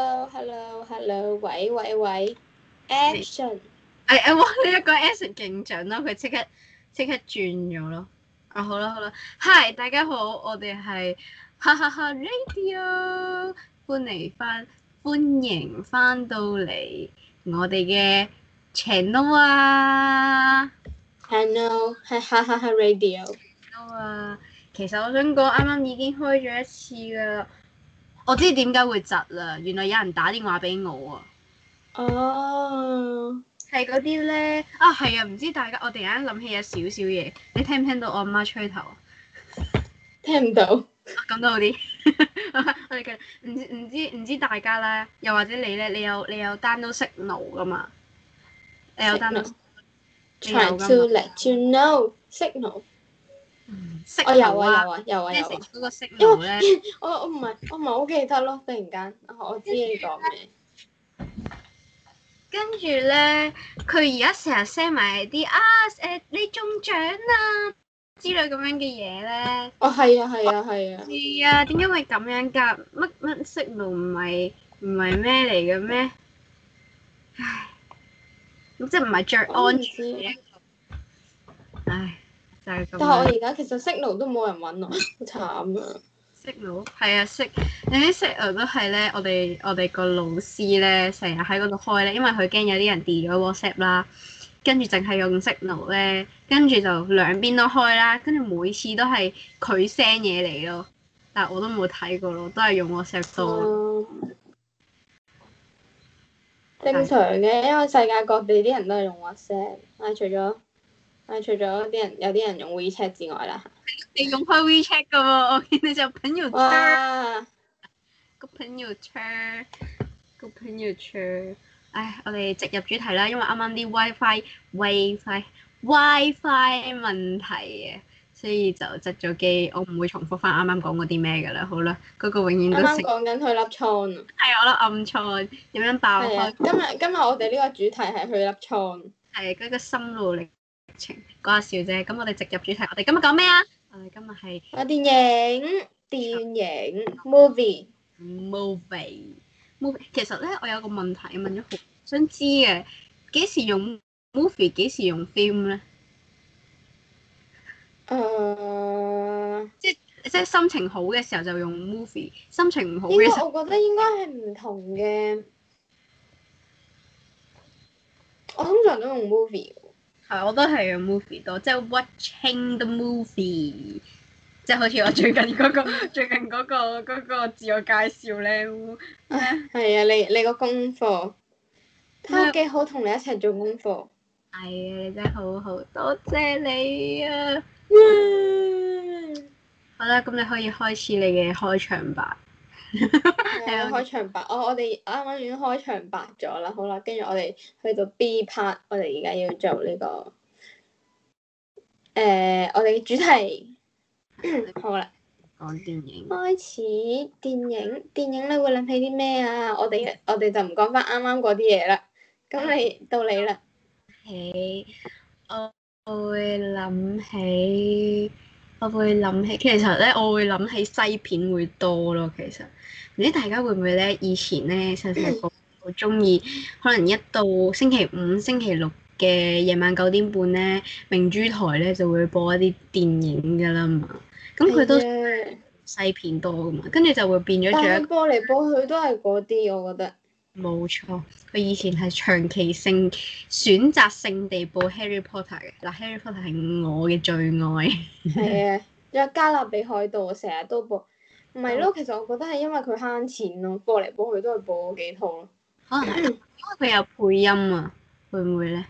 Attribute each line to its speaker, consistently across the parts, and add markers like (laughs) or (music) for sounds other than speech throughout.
Speaker 1: Hello，Hello，Hello，喂喂喂，Action！
Speaker 2: 誒誒，哎 (laughs) 哇！呢一個 Action 勁準咯，佢即刻即刻轉咗咯。啊，好啦好啦，Hi 大家好，我哋係哈哈哈 Radio，歡迎翻歡迎翻到嚟我哋嘅 channel 啊
Speaker 1: Hello，係哈哈哈 Radio。
Speaker 2: channel 啊！其實我想講，啱啱已經開咗一次㗎啦。我知點解會窒啦，原來有人打電話俾我啊！
Speaker 1: 哦，
Speaker 2: 係嗰啲咧啊，係啊，唔知大家我突然間諗起有少少嘢，你聽唔聽到我阿媽吹頭啊？
Speaker 1: 聽唔到。
Speaker 2: 啊咁都好啲。 (laughs) 我哋嘅唔知唔知唔知大家咧，又或者你咧，你有你有 download Signal 噶嘛？你有 download
Speaker 1: Trying to let you know signal。我有
Speaker 2: Signal
Speaker 1: 啊有啊
Speaker 2: 啊
Speaker 1: 有啊有啊。
Speaker 2: ，message 嗰個
Speaker 1: 因
Speaker 2: Signal 咧，
Speaker 1: 為我我唔係我唔係好記得咯，突然間啊我知你講咩。
Speaker 2: 跟住咧，佢而家成日 send 埋啲啊誒，你中獎啊之類咁樣嘅嘢咧。
Speaker 1: 哦係啊係啊係啊，
Speaker 2: 係啊，點解會咁樣㗎？乜乜色路唔係唔係咩嚟嘅咩？唉，咁即係唔係最
Speaker 1: 我唔
Speaker 2: 安全嘅
Speaker 1: 知。
Speaker 2: 一個？唉，就係咁
Speaker 1: 但係我
Speaker 2: 樣。
Speaker 1: 而家其實 signal 都冇人揾我，好慘啊！
Speaker 2: 色路係啊，色你啲色路都係咧，我哋我哋個老師咧成日喺嗰度開咧，因為佢驚有啲人 delete 咗 WhatsApp 啦，跟住淨係用 signal 咧，跟住就兩邊都開啦，跟住每次都係佢 send 嘢嚟咯，但係我都冇睇過咯，都係用 WhatsApp 多。
Speaker 1: 哦正常嘅，因為世界各地啲人都係用 WhatsApp，啊除咗啊除咗啲人有啲人用 WeChat 之外啦，
Speaker 2: 你用開 WeChat 噶喎，我見你就朋友圈，
Speaker 1: 哇！
Speaker 2: 個朋友圈，個朋友圈。唉，我哋直入主題啦，因為啱啱啲 WiFi、WiFi、WiFi 問題嘅，所以就窒咗機。我唔會重複翻啱啱講嗰啲咩㗎啦。好啦，嗰、個永遠
Speaker 1: 啱
Speaker 2: 都
Speaker 1: 啱
Speaker 2: 識
Speaker 1: 講緊去粒倉啊，
Speaker 2: 係我都暗錯點樣爆
Speaker 1: 係啊
Speaker 2: 開，，
Speaker 1: 今日今日我哋呢個主題係去粒倉，
Speaker 2: 係嗰個心路歷程講下笑啫。咁我哋直入主題，我哋今日講咩啊？我哋今日係。
Speaker 1: 啊電影電影 movie，
Speaker 2: movie movie 其實咧，我有個問題問咗好想知嘅，幾時用 movie，幾時用 film 咧？
Speaker 1: 誒
Speaker 2: 即係心情好嘅時候就用 movie，心情唔好嘅
Speaker 1: 應
Speaker 2: 時
Speaker 1: 該
Speaker 2: 候，
Speaker 1: 我覺得應該係唔同嘅，我通常都用 movie，
Speaker 2: 係我都係用 movie 多，即係 watching the movie。即係好似我最近嗰、 (laughs) 個最近嗰、個嗰、個自我介紹咧，
Speaker 1: 係啊，你你個功課，睇下幾好同你一齊做功課。
Speaker 2: 係啊，你真係好好，多謝你啊！
Speaker 1: 係
Speaker 2: 好啦，咁你可以開始你嘅開場白。
Speaker 1: 啊，開場白，我我哋啱啱已經開場白咗啦，好啦，跟住我哋去到 B part，我哋而家要做呢、個誒、我哋嘅主題。好啦，
Speaker 2: 講電影，
Speaker 1: 開始電影，電影你會諗起啲咩啊？我哋我哋就唔講翻啱啱嗰啲嘢啦。咁你到你啦，
Speaker 2: 起，我會諗起，我會諗起，其實咧，我會諗起西片會多咯。其實唔知大家會唔會咧？以前咧細細個好中意，可能一到星期五、星期六嘅夜晚九點半咧，明珠台咧就會播一啲電影㗎啦嘛。咁佢都
Speaker 1: 係啊
Speaker 2: 西片多㗎嘛，跟住就會變咗
Speaker 1: 哎但
Speaker 2: 做一
Speaker 1: 係佢播嚟播去都係嗰啲，我覺得。
Speaker 2: 冇錯，佢以前係長期性選擇性地播 Harry Potter 嘅，嗱 Harry Potter 係我嘅最愛，
Speaker 1: 係啊，仲有加勒比海盜成日都播，唔係
Speaker 2: 嗯
Speaker 1: 咯，其實我覺得係因為佢慳錢咯，播嚟播去都係播嗰幾套咯。
Speaker 2: 可能係啊因為佢有配音啊，會唔會咧？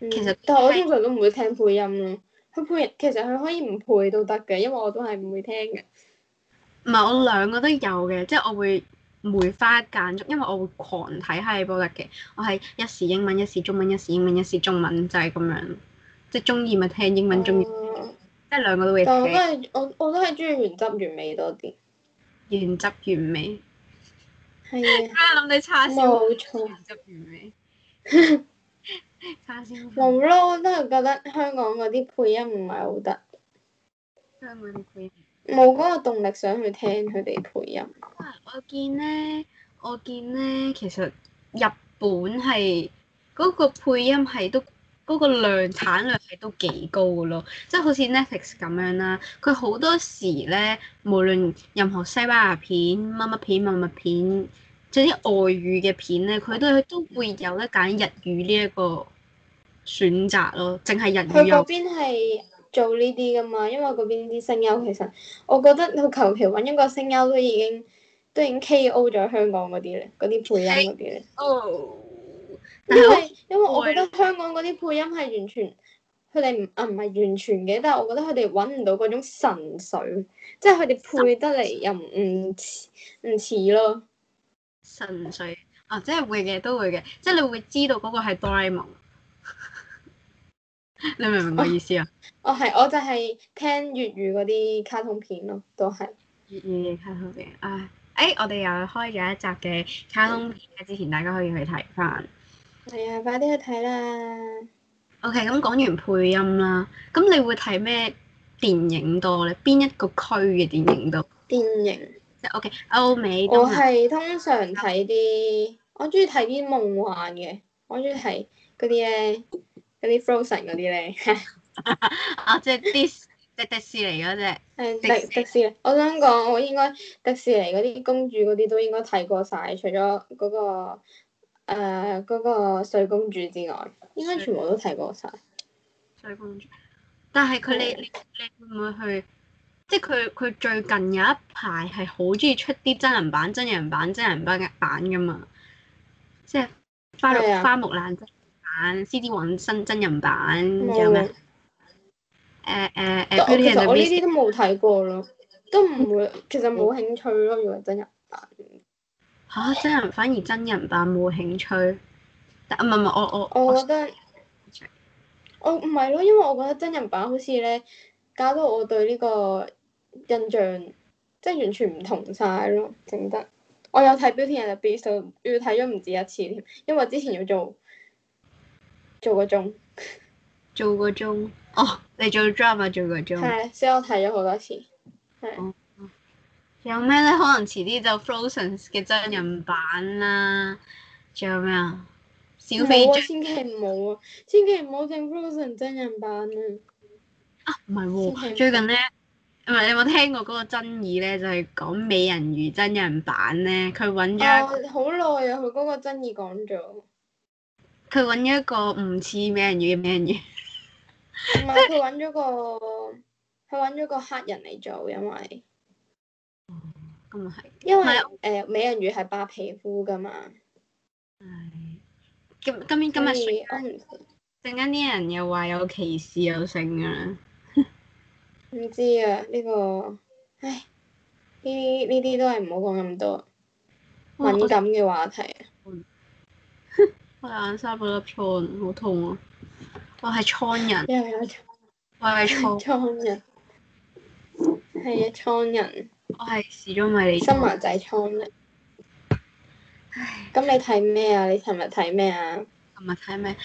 Speaker 1: 嗯
Speaker 2: 其實
Speaker 1: 但係我通常都唔會聽配音咯，佢配其實佢可以唔配都得嘅，因為我都係唔會聽嘅。
Speaker 2: 唔係我兩個都有嘅，即係我會梅花間竹，因為我會狂睇哈利波特嘅，我係一時英文，一時中文，一時英文，一時中文就係咁樣，即係中意咪聽英文，中意
Speaker 1: 哦啊
Speaker 2: 即係兩個都會
Speaker 1: 但我都
Speaker 2: 聽，
Speaker 1: 係我我都係中意原汁原味多啲。
Speaker 2: 原汁原味。
Speaker 1: 係啊，
Speaker 2: 啊諗你叉燒，
Speaker 1: 冇
Speaker 2: (laughs)
Speaker 1: 錯。
Speaker 2: 原汁原味。
Speaker 1: (laughs)
Speaker 2: 叉燒飯。
Speaker 1: 冇咯，我都係覺得香港嗰啲配音唔係好得。
Speaker 2: 香港啲配音
Speaker 1: 冇嗰個動力想去聽佢哋配音。
Speaker 2: 啊我見咧，我見咧，其實日本係嗰、個配音係都嗰、個量產量係都幾高嘅咯，即係好似 Netflix 咁樣啦，佢好多時咧，無論任何西班牙片、乜乜片、乜乜片，即係啲外語嘅片咧，佢都都會有得揀日語呢一個選擇咯，淨係日語
Speaker 1: 佢嗰
Speaker 2: 有
Speaker 1: 邊係做呢啲噶嘛，因為嗰邊啲聲優其實，我覺得佢求其揾一個聲優都已經都已經 K.O. 咗香港嗰啲咧，嗰啲配音嗰啲咧。
Speaker 2: 哦，
Speaker 1: 因
Speaker 2: 但係我
Speaker 1: 為因為我覺得香港嗰啲配音係完全，佢哋唔啊唔係完全嘅，但係我覺得佢哋揾唔到嗰種神髓，即係佢哋配得嚟又唔唔似唔似咯。
Speaker 2: 純粹啊，即係會嘅，都會嘅，即係你會知道嗰個係哆啦 A 夢。 (laughs) 你明唔明我意思啊？
Speaker 1: 我哦係我就係聽粵語嗰啲卡通片咯，都哦嗯係。
Speaker 2: 粵語嘅卡通片，唉，誒、我哋又開咗一集嘅卡通片嘅，之前大家可以去睇翻。
Speaker 1: 係啊，快啲去睇啦！
Speaker 2: OK，咁講完配音啦，咁你會睇咩電影多咧？邊一個區嘅電影多？
Speaker 1: 電影。
Speaker 2: 即係 OK，歐美
Speaker 1: 我
Speaker 2: 都係
Speaker 1: 係通常睇啲，我中意睇啲夢幻嘅，我中意睇嗰啲咧，嗰啲 Frozen 嗰啲咧，
Speaker 2: 啊，即係迪士即係迪士尼嗰只。
Speaker 1: 誒
Speaker 2: 迪士
Speaker 1: 迪迪士尼。我想講，我應該迪士尼嗰啲公主嗰啲都應該睇過晒，除咗嗰、個誒嗰、個睡公主之外，應該全部都睇過晒。
Speaker 2: 水公主。但係
Speaker 1: 哦
Speaker 2: 佢你你你會唔會去？即係佢佢最近有一排係好中意出啲真人版、真人版、真人版嘅版噶嘛，即係花
Speaker 1: 係
Speaker 2: 木
Speaker 1: 啊
Speaker 2: 花木蘭真人版、C D 王新真人版，
Speaker 1: 冇
Speaker 2: 仲有咩？誒誒誒
Speaker 1: 哦但我其實
Speaker 2: ，Beauty and the
Speaker 1: 我呢
Speaker 2: Beast
Speaker 1: 啲都冇睇過咯，都唔會，其實冇興趣咯。如果真人版，
Speaker 2: 嚇真人反而真人版冇興趣，但唔係唔係我我
Speaker 1: 我覺得。我唔係咯，因為我覺得真人版好似咧，搞到我對呢個印象即係完全唔同晒咯，整得。我有睇《Beauty and the Beast》，要睇咗唔止一次添，因為之前要做做個鐘，
Speaker 2: 做個鐘哦，你做 drama 做個鐘，
Speaker 1: 係，啊所以我睇咗好多次。
Speaker 2: 仲有咩咧？可能遲啲就 Frozen 嘅真人版啦，仲有咩啊？小飛
Speaker 1: 冇啊！
Speaker 2: 象
Speaker 1: 千祈唔好啊！千祈唔好整 Frozen 真人版啊！
Speaker 2: 啊，唔係
Speaker 1: 小
Speaker 2: 喎，
Speaker 1: 氣
Speaker 2: 最近咧，唔係你有冇聽過嗰個爭議咧？就係、講美人魚真人版咧，佢揾
Speaker 1: 啊，
Speaker 2: 咗
Speaker 1: 好耐啊！佢嗰個爭議講咗，唔
Speaker 2: 佢揾咗一個唔似美人魚嘅美人魚，
Speaker 1: 係佢揾咗個佢揾咗個黑人嚟做，因為。
Speaker 2: 咁啊係，
Speaker 1: 因為
Speaker 2: 唔係
Speaker 1: 誒、美人魚係白皮膚噶嘛，
Speaker 2: 唉今今年今日
Speaker 1: 所以我唔
Speaker 2: 陣間啲人又話有歧視啊有剩㗎啦，
Speaker 1: 唔知啊呢、個，唉呢啲呢啲都係唔好講咁多
Speaker 2: 哇
Speaker 1: 敏感嘅話題。啊
Speaker 2: 我眼三個粒瘡，好痛啊！我係瘡人，
Speaker 1: 因為有倉
Speaker 2: 我係瘡，
Speaker 1: 倉人，係啊倉人，
Speaker 2: 我係始終咪你。
Speaker 1: 新華仔倉人。咁你睇咩啊？你尋日睇咩啊？
Speaker 2: 琴日睇咩？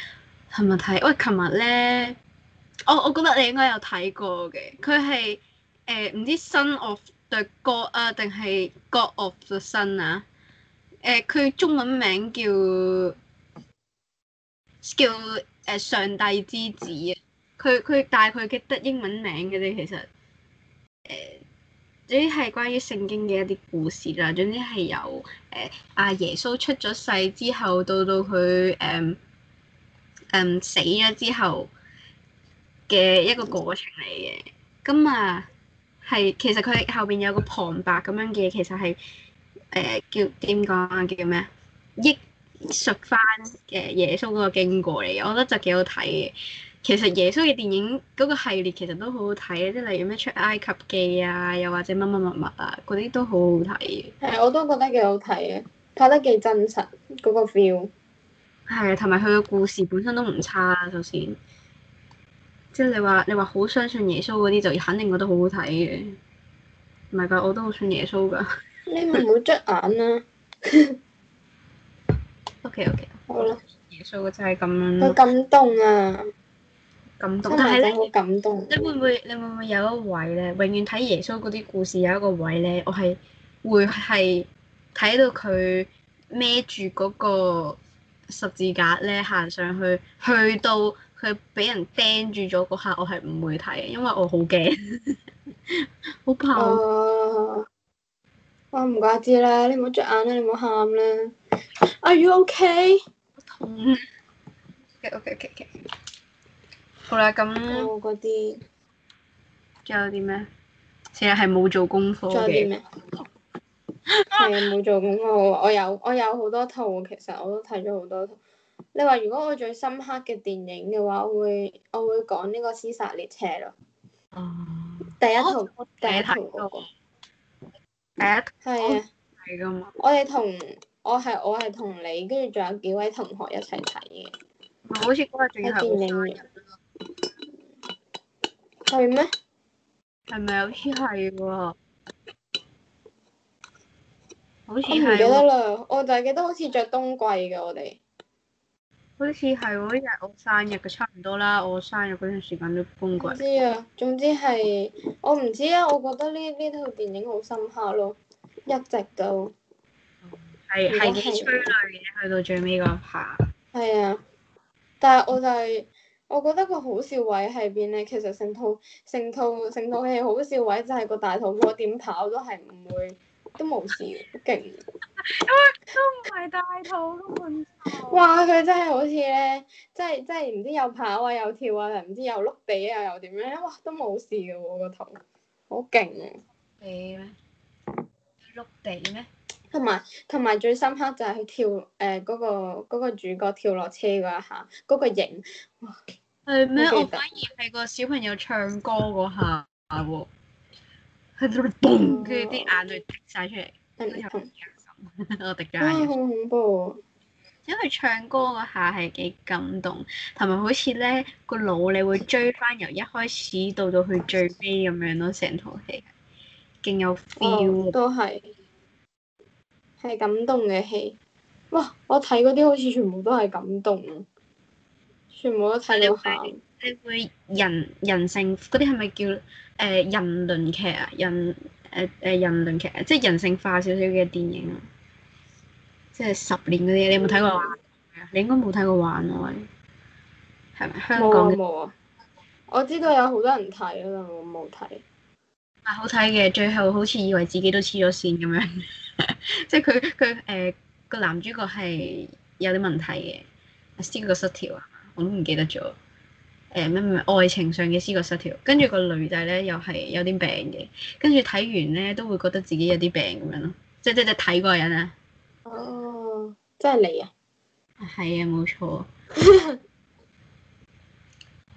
Speaker 2: 琴日睇，喂，琴日咧，我我覺得你應該有睇過嘅，佢係誒唔知 Son of the God 啊，定係 God of the Sun 啊？誒、佢中文名叫叫誒、上帝之子啊！佢佢但係佢嘅得英文名嘅啫，其實誒、總之係關於聖經嘅一啲故事啦。總之係由誒阿、耶穌出咗世之後，到到佢誒誒死咗之後嘅一個過程嚟嘅。咁啊，係其實佢後邊有個旁白咁樣嘅，其實係誒、呃叫點講啊？叫咩啊？憶述翻嘅耶穌嗰個經過嚟嘅，我覺得就幾好睇嘅。其實耶穌嘅電影嗰個系列其實都好好睇嘅，即係例如咩出埃及記啊，又或者乜乜乜乜啊，嗰啲都好好睇嘅。
Speaker 1: 係我都覺得幾好睇嘅，拍得幾真實嗰、個 feel。
Speaker 2: 係啊，同埋佢嘅故事本身都唔差啦。首先，即係你話你話好相信耶穌嗰啲，就肯定覺得好好睇嘅。唔係㗎，我都好信耶穌 (laughs) 㗎。
Speaker 1: 你唔好捽眼啊啦、
Speaker 2: OK OK，
Speaker 1: 好啦，
Speaker 2: 耶穌就係咁樣
Speaker 1: 佢
Speaker 2: 咯。
Speaker 1: 感動啊！
Speaker 2: 感動，
Speaker 1: 真
Speaker 2: 但係
Speaker 1: 係
Speaker 2: 咧
Speaker 1: 真。好感動。
Speaker 2: 你會唔會你會唔會有一位咧？永遠睇耶穌嗰啲故事有一個位咧，我係會係睇到佢孭住嗰個十字架咧行上去，去到佢俾人釘住咗嗰下，我係唔會睇嘅，因為我好驚， (laughs) 好怕我。
Speaker 1: 哦，我唔怪之啦，你唔好着眼啦，你唔好喊啦。Are you okay？
Speaker 2: 痛。OK OK OK OK。好啦，咁仲
Speaker 1: 我嗰啲
Speaker 2: 有啲咩？成日係冇做功課
Speaker 1: 仲有啲
Speaker 2: 嘅。
Speaker 1: 咩？係啊，冇做功課喎。我有我有好多套喎，其實我都睇咗好多套。你話如果我最深刻嘅電影嘅話，我會我會講呢個《屍殺列車》咯，
Speaker 2: 哦。
Speaker 1: 第一套第一
Speaker 2: 睇
Speaker 1: 套
Speaker 2: 睇
Speaker 1: 嗰個
Speaker 2: 過。第一套
Speaker 1: 係啊。
Speaker 2: 嚟㗎嘛。
Speaker 1: 我哋同我係我係同你，跟住仲有幾位同學一齊睇嘅，
Speaker 2: 唔係好似嗰日仲要
Speaker 1: 喺
Speaker 2: 係
Speaker 1: 電
Speaker 2: 我
Speaker 1: 影
Speaker 2: 生
Speaker 1: 院
Speaker 2: 日，
Speaker 1: 係咩？
Speaker 2: 係咪好似係喎？好似
Speaker 1: 我唔
Speaker 2: 係
Speaker 1: 記得
Speaker 2: 喎，
Speaker 1: 啦，我就係記得好似着冬季嘅我哋，
Speaker 2: 好似係喎，呢日我生日嘅差唔多啦，我生日嗰段時間都搬過
Speaker 1: 唔
Speaker 2: 嚟。
Speaker 1: 知啊。總之係我唔知啊，我覺得呢呢套電影好深刻咯，一直都
Speaker 2: 係
Speaker 1: 如果
Speaker 2: 係幾
Speaker 1: 係
Speaker 2: 催淚嘅，去到最尾嗰一下。
Speaker 1: 係啊。但係我就係、我覺得個好笑位喺邊咧？其實成套成套成套戲好笑位就係個大肚婆點跑都係唔會都冇事嘅，勁。
Speaker 2: 唔係大肚根本。
Speaker 1: 哇！佢真係好似咧，真係真係唔知又跑啊又跳啊，唔知又碌地啊又點樣，哇都冇事嘅喎個頭，好勁啊！
Speaker 2: 地咩？碌地咩？
Speaker 1: 同埋同埋最深刻就係佢跳誒嗰、個嗰、個主角跳落車嗰一下，嗰、個型
Speaker 2: 係咩？
Speaker 1: 我記
Speaker 2: 我
Speaker 1: 得
Speaker 2: 反而係個小朋友唱歌嗰下
Speaker 1: (laughs)
Speaker 2: 喎，喺度嘣，跟住啲眼淚滴晒出嚟，
Speaker 1: 真
Speaker 2: 跟住
Speaker 1: 係
Speaker 2: 我
Speaker 1: 痛
Speaker 2: 滴眼淚我滴
Speaker 1: 啊！
Speaker 2: 咗 (laughs) 眼
Speaker 1: 好
Speaker 2: 淚。
Speaker 1: 恐怖啊！
Speaker 2: 因為唱歌嗰下係幾感動，同埋好似咧個腦你會追翻由一開始到到去最尾咁樣咯，成套戲勁有
Speaker 1: 哦
Speaker 2: feel。
Speaker 1: 都係係感動嘅戲。哇！我睇嗰啲好似全部都係感動啊，全部都睇到喊。啊
Speaker 2: 你會人人性嗰啲係咪叫誒、呃人倫劇啊？人誒誒、呃人倫劇啊，即係人性化少少嘅電影啊，即係十年嗰啲，你有冇睇
Speaker 1: 嗯
Speaker 2: 過玩？啊你應該冇睇過玩啊，喂係咪香
Speaker 1: 冇
Speaker 2: 港
Speaker 1: 啊
Speaker 2: 嘅？
Speaker 1: 冇啊！我知道有好多人睇啊，但我冇睇。
Speaker 2: 啊好睇嘅，最後好似以為自己都黐咗線咁樣， (laughs) 即係佢佢誒個男主角係有啲問題嘅，思覺失調啊，我都唔記得咗。誒咩咩愛情上嘅思覺失調，跟住個女仔咧又係有啲病嘅，跟住睇完咧都會覺得自己有啲病咁樣咯，即即即睇嗰個人啊，
Speaker 1: 哦，即係你啊！
Speaker 2: 係啊冇錯，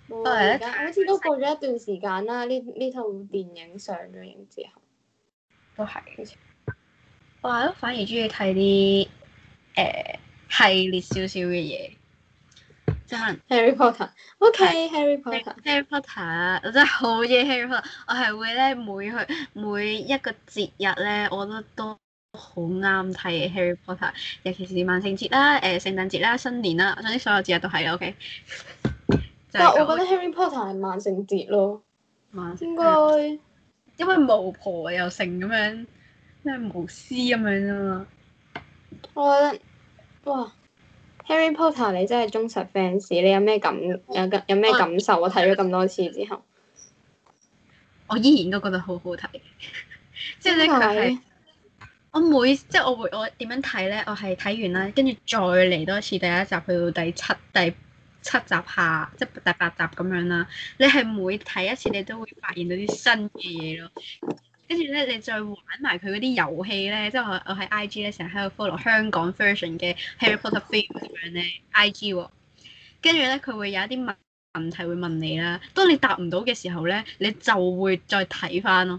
Speaker 1: 冇
Speaker 2: 啊
Speaker 1: 啊！
Speaker 2: 係啊
Speaker 1: 而家好似都過咗一段時間啦，呢呢套電影上咗映之後，
Speaker 2: 都係。我係咯，反而中意睇啲誒系列少少嘅嘢，即係可能。
Speaker 1: 《Harry Potter》OK，《Harry (laughs) Potter》
Speaker 2: Harry Potter 啊，我真係好中意 Harry Potter，我係會咧每去每一個節日咧，我都都好啱睇 Harry Potter，尤其是萬聖節啦、誒、聖誕節啦、新年啦，總之所有節日都係啦，OK
Speaker 1: (laughs)
Speaker 2: 就係咁。
Speaker 1: 但係我覺得《Harry Potter》係萬聖節咯，
Speaker 2: 萬聖
Speaker 1: 應該
Speaker 2: 因為巫婆又成咁樣，咩巫師咁樣啊嘛，
Speaker 1: 我覺得哇，《Harry Potter》你真係忠實 fans，你有咩感有感有咩感受啊？睇咗咁多次之後，
Speaker 2: 我依然都覺得好好睇， (laughs) 即係咧佢係。我每即係我會我點樣睇咧？我係睇完啦，跟住再嚟多次第一集去到第七第七集下，即係第八集咁樣啦。你係每睇一次，你都會發現到啲新嘅嘢咯。跟住咧，你再玩埋佢嗰啲遊戲咧，即係我我喺 I G 咧成日喺度 follow 香港 version 嘅 Harry Potter film 咁樣咧 I G 喎。跟住咧，佢會有一啲問問題會問你啦。當你答唔到嘅時候咧，你就會再睇翻咯。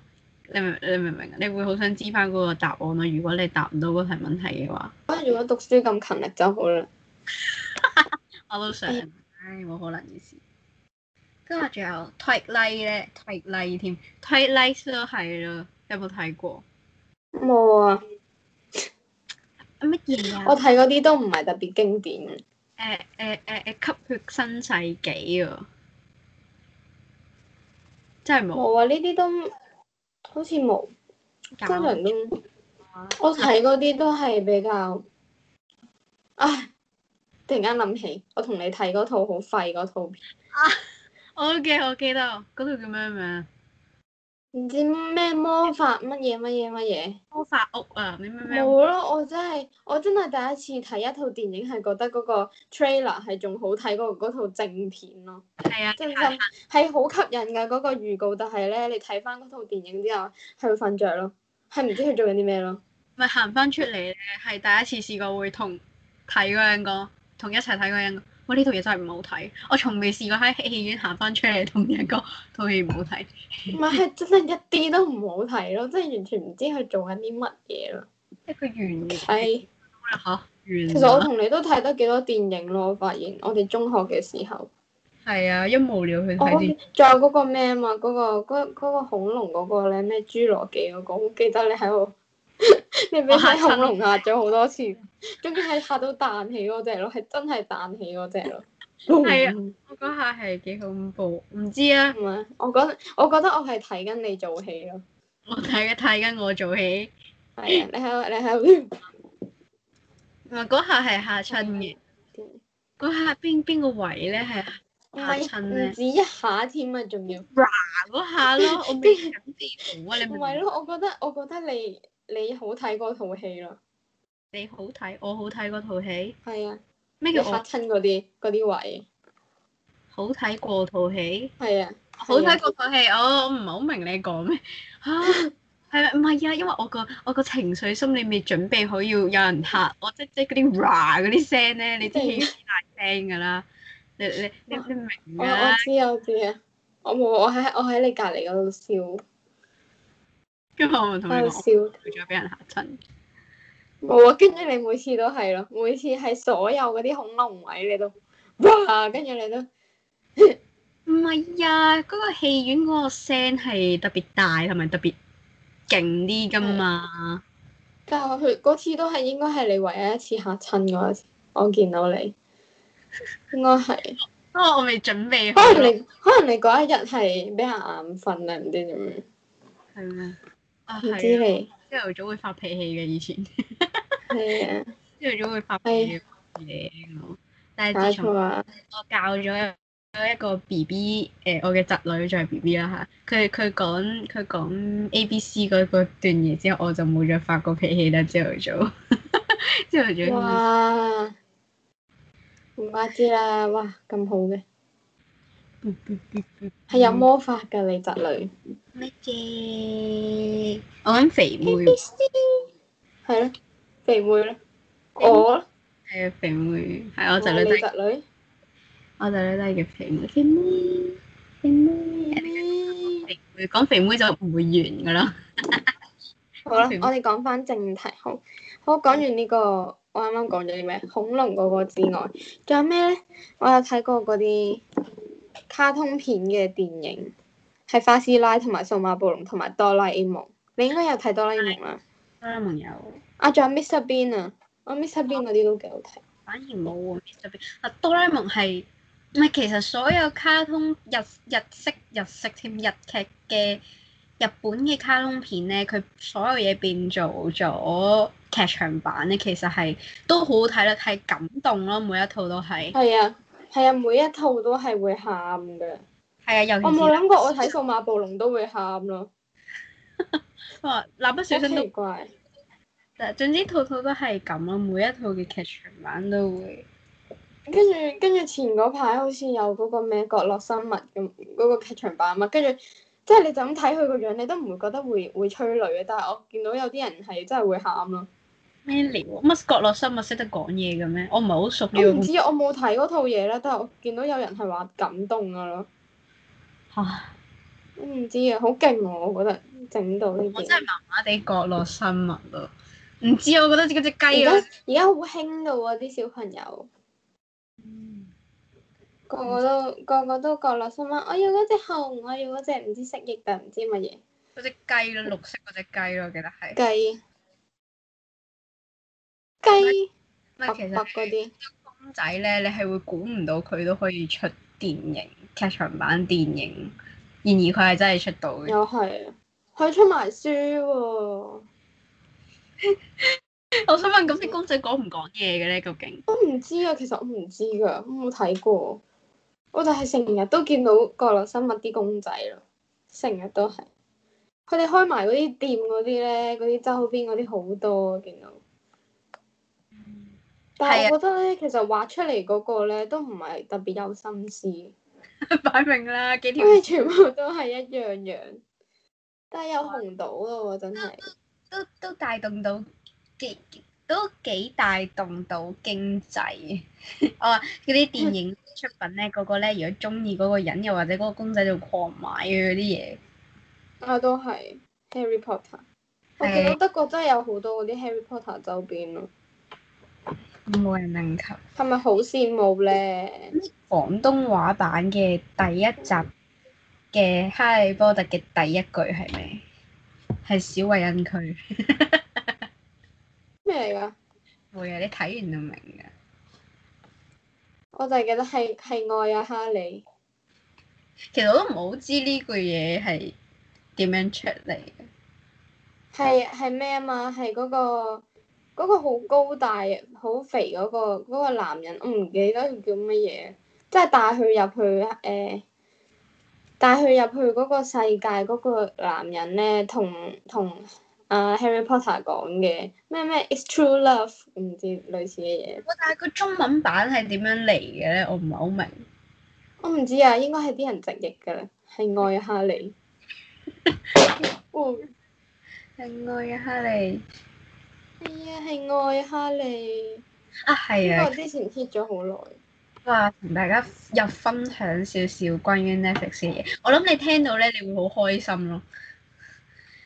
Speaker 2: 你明你明唔明啊？你會好想知翻嗰個答案咯。如果你答唔到嗰題問題嘅話，
Speaker 1: 我覺得如果讀書咁勤力就好啦。
Speaker 2: 我都想
Speaker 1: 哎，
Speaker 2: 唉，冇可能嘅事。跟住仲有 Twilight 咧，Twilight 添，Twilight 都係咯，有冇睇過？
Speaker 1: 冇啊！
Speaker 2: 乜嘢啊
Speaker 1: 我？睇嗰啲都唔係特別經典。
Speaker 2: 誒誒誒誒，吸血新世紀啊！真係冇
Speaker 1: 冇啊！呢啲都好似冇，
Speaker 2: 搞
Speaker 1: 真人都
Speaker 2: 啊
Speaker 1: 我睇嗰啲都係比較，唉！突然間諗起，我同你睇嗰套好廢嗰套片，
Speaker 2: 我記我記得嗰套叫咩名啊？
Speaker 1: 唔知咩魔法乜嘢乜嘢乜嘢。
Speaker 2: 魔法屋啊，你咩咩？
Speaker 1: 冇咯，我真係我真係第一次睇一套電影係覺得嗰個 trailer 係仲好睇過嗰套正片咯，
Speaker 2: 係啊，
Speaker 1: 真心
Speaker 2: 係
Speaker 1: 係好吸引㗎嗰、個預告，但係咧你睇翻嗰套電影之後係會瞓着咯，係唔知佢做緊啲咩咯。
Speaker 2: 咪行翻出嚟咧，係第一次試過會同睇嗰人講，同一齊睇嗰人講，喂呢套嘢真係唔好睇，我從未試過喺戲院行翻出嚟同人講 (laughs) 套戲唔好睇。
Speaker 1: 唔係係真係一啲都唔好睇咯，真係完全唔知佢做緊啲乜嘢咯。
Speaker 2: 一個完
Speaker 1: 係。
Speaker 2: 啦嚇，完
Speaker 1: 其實我
Speaker 2: 啦，
Speaker 1: 同你都睇得幾多電影咯，我發現我哋中學嘅時候，
Speaker 2: 係啊，一無聊去
Speaker 1: 我
Speaker 2: 睇
Speaker 1: 我
Speaker 2: 啲，
Speaker 1: 仲有嗰個咩啊嘛，嗰、個嗰嗰、個恐龍嗰個咧咩侏羅紀嗰、個，我記得你喺度， (laughs) 你俾
Speaker 2: 我嚇
Speaker 1: 啲
Speaker 2: 親
Speaker 1: 恐龍嚇咗好多次，總之係嚇到彈起嗰只咯，係真係彈起嗰只咯。
Speaker 2: 係啊
Speaker 1: 唔
Speaker 2: (laughs) 我嗰下係幾恐怖，唔知啊，
Speaker 1: 係，我覺得我覺得我係睇緊你做戲咯，
Speaker 2: 我睇嘅睇緊我做戲，
Speaker 1: 係啊，你喺度你喺度
Speaker 2: 咪啊嗰下係嚇親嘅，
Speaker 1: 嗯
Speaker 2: 嗰下邊邊個位咧係啊
Speaker 1: 唔
Speaker 2: 嚇
Speaker 1: 係
Speaker 2: 親
Speaker 1: 唔
Speaker 2: 咧？
Speaker 1: 止一下添啊，仲要。
Speaker 2: 嗱嗰下咯，我未準備好啊，你明
Speaker 1: 唔
Speaker 2: 唔
Speaker 1: 係
Speaker 2: 明？
Speaker 1: 咯，我覺得我覺得你你好睇嗰套戲咯，
Speaker 2: 你好睇，我好睇嗰套戲，
Speaker 1: 係啊，
Speaker 2: 咩
Speaker 1: 你
Speaker 2: 叫
Speaker 1: 嚇
Speaker 2: 我
Speaker 1: 親嗰啲嗰啲位，
Speaker 2: 好睇過套戲？
Speaker 1: 係啊，
Speaker 2: 好睇過套戲，我我唔係好明你講咩嚇。係啦，唔係啊，因為我個我個情緒心理未準備好要有人嚇我，即即嗰啲 ra 嗰啲聲咧，你知已經大聲㗎啦，你你你你明
Speaker 1: 我
Speaker 2: 㗎
Speaker 1: 我
Speaker 2: 啦，
Speaker 1: 知我知啊，我冇我喺我喺你隔離嗰度笑，
Speaker 2: 跟住我咪同你
Speaker 1: 喺度
Speaker 2: 講，
Speaker 1: 笑，
Speaker 2: 我咗俾人嚇親，
Speaker 1: 冇啊，跟住你每次都係咯，每次係所有嗰啲恐龍位你都，哇，跟住你都
Speaker 2: 唔係啊，嗰個戲院嗰個聲係特別大同埋特別勁啲㗎嘛，
Speaker 1: 但係佢嗰次都係應該係你唯一一次嚇親嗰一次，我見到你，應該
Speaker 2: (laughs)
Speaker 1: 係，
Speaker 2: 因為哦我未準備好
Speaker 1: 可能
Speaker 2: 咯，
Speaker 1: 你可能你嗰一日係俾人眼瞓啊，唔知點樣，
Speaker 2: 係咩？啊
Speaker 1: 唔知
Speaker 2: 係啊，
Speaker 1: 你。
Speaker 2: 朝頭早會發脾氣嘅以前，
Speaker 1: 係啊，
Speaker 2: 朝頭早會發脾氣嘅嘢，嗯但
Speaker 1: 打
Speaker 2: 係自從
Speaker 1: 錯啊！
Speaker 2: 我教咗一個 B B，誒我嘅侄女就係 B B 啦嚇，佢佢講佢講 A B C 嗰個段嘢之後，我就冇再發過脾氣啦。朝頭早， (laughs) 朝頭早
Speaker 1: 哇，唔怪之啦，哇咁好
Speaker 2: 嗯
Speaker 1: 嘅，係有魔法㗎你侄女，
Speaker 2: 咩啫？嗯我揾肥妹，
Speaker 1: 係咯，肥妹咯，我
Speaker 2: 係啊肥妹，係嗯我
Speaker 1: 我
Speaker 2: 侄
Speaker 1: 係
Speaker 2: 女
Speaker 1: 你
Speaker 2: 都係，
Speaker 1: 侄女，
Speaker 2: 我侄女都係叫肥妹。肥妹，肥妹，肥妹講肥妹就唔會完噶啦。
Speaker 1: 好啦，
Speaker 2: 肥妹
Speaker 1: 我哋講翻正題，好，好講完呢、個，我啱啱講咗啲咩？恐龍嗰個之外，仲有咩咧？我有睇過嗰啲卡通片嘅電影，係花師奶同埋數碼暴龍同埋哆啦 A 夢，你應該有睇哆啦 A 夢啦。
Speaker 2: 哆啦 A 夢有。
Speaker 1: 啊，仲有 Mr Bean 啊，我 Mr Bean 嗰啲都幾好睇。
Speaker 2: 反而冇喎，Mr. Bean。嗱，哆啦 A 夢係唔係其實所有卡通日日式日式添日劇嘅日本嘅卡通片咧，佢所有嘢變做咗劇場版咧，其實係都好好睇啦，係感動咯，每一套都係。
Speaker 1: 係啊，係啊，每一套都係會喊嘅。
Speaker 2: 係啊，尤其
Speaker 1: 我
Speaker 2: 是
Speaker 1: 冇諗過我睇數碼暴龍都會喊咯，
Speaker 2: 哇蠟筆
Speaker 1: 好
Speaker 2: 小新
Speaker 1: 奇
Speaker 2: 都，
Speaker 1: 怪。
Speaker 2: 總之套套都係咁咯，每一套嘅劇場版都會。
Speaker 1: 跟住跟住前嗰排好似有嗰個咩角落生物咁嗰個劇場版啊嘛，跟住即係你就咁睇佢個樣，你都唔會覺得會會催淚嘅。但係我見到有啲人係真係會喊咯。
Speaker 2: 咩嚟喎？乜角落生物識得講嘢嘅咩？我唔係好熟呢
Speaker 1: 我
Speaker 2: 個
Speaker 1: 唔
Speaker 2: 公
Speaker 1: 知我冇睇嗰套嘢啦，但係我見到有人係話感動噶咯，
Speaker 2: 嚇
Speaker 1: 我唔知啊，好勁喎！我覺得整到呢
Speaker 2: 我
Speaker 1: 啲
Speaker 2: 真。係麻麻地角落生物咯，唔知啊，我覺得嗰只雞啊
Speaker 1: 而，家而家好興噶喎，啲小朋友個個都個個都角落心啦，我要嗰只熊，我要嗰只唔知蜥蜴定唔知乜嘢
Speaker 2: 嗰只雞咯，綠色嗰只雞咯，我記得係。
Speaker 1: 雞雞
Speaker 2: 唔
Speaker 1: 白
Speaker 2: 係其
Speaker 1: 白
Speaker 2: 實
Speaker 1: 嗰啲，
Speaker 2: 公仔咧，你係會估唔到佢都可以出電影劇場版電影，而然而佢係真係出到嘅。
Speaker 1: 又係啊，佢出埋書喎、
Speaker 2: 我想問，咁啲公仔講唔講嘢嘅咧？究竟？ (laughs)
Speaker 1: 我唔知啊，其實我唔知㗎，我冇睇過。我就係成日都見到角落生物啲公仔咯，成日都係。佢哋開埋嗰啲店嗰啲咧，嗰啲周邊嗰啲好多啊見到。但
Speaker 2: 係啊
Speaker 1: 係我覺得咧，其實畫出嚟嗰個咧都唔係特別有心思，
Speaker 2: 嗯擺明啦，幾條
Speaker 1: 因為全部都係一樣樣，但係又紅到咯喎，真係。
Speaker 2: 都都帶動到幾都幾帶動到經濟。 (laughs) 我話嗰啲電影出品咧，個個咧如果中意嗰個人，又或者嗰個公仔就狂買嘅嗰啲嘢。
Speaker 1: 啊，都係 Harry Potter。我
Speaker 2: 係
Speaker 1: 見到德國真係有好多嗰啲 Harry Potter 周邊咯，
Speaker 2: 冇人能及。
Speaker 1: 係咪好羨慕咧？
Speaker 2: 廣東話版嘅第一集嘅《哈利波特》嘅第一句係咩？係小慧恩區。
Speaker 1: 咩嚟㗎？
Speaker 2: 會啊！你睇完就明㗎。
Speaker 1: 我就係記得係係愛啊哈利，
Speaker 2: 其實我都唔好知呢句嘢係點樣出嚟嘅。
Speaker 1: 係係咩啊嘛？係嗰、個嗰、個好高大、好肥嗰、個嗰、個男人，我唔記得佢叫乜嘢，即係帶佢入去誒、呃，帶佢入去嗰個世界嗰個男人咧，同同啊 Harry Potter 講嘅咩咩 It's True Love 唔知類似嘅嘢，
Speaker 2: 哇！但係個中文版係點樣嚟嘅咧？我唔係好明。
Speaker 1: 我唔知啊，應該係啲人直譯㗎啦，係愛啊哈
Speaker 2: (laughs)
Speaker 1: 利。哦
Speaker 2: 係愛啊，哈利
Speaker 1: 係啊，係愛哈利。
Speaker 2: 啊，係
Speaker 1: 呢
Speaker 2: 啊
Speaker 1: 個！之前 hit 咗好耐。
Speaker 2: 哇，同大家又分享少少關於 Netflix 嘅嘢。我諗你聽到咧，你會好開心咯。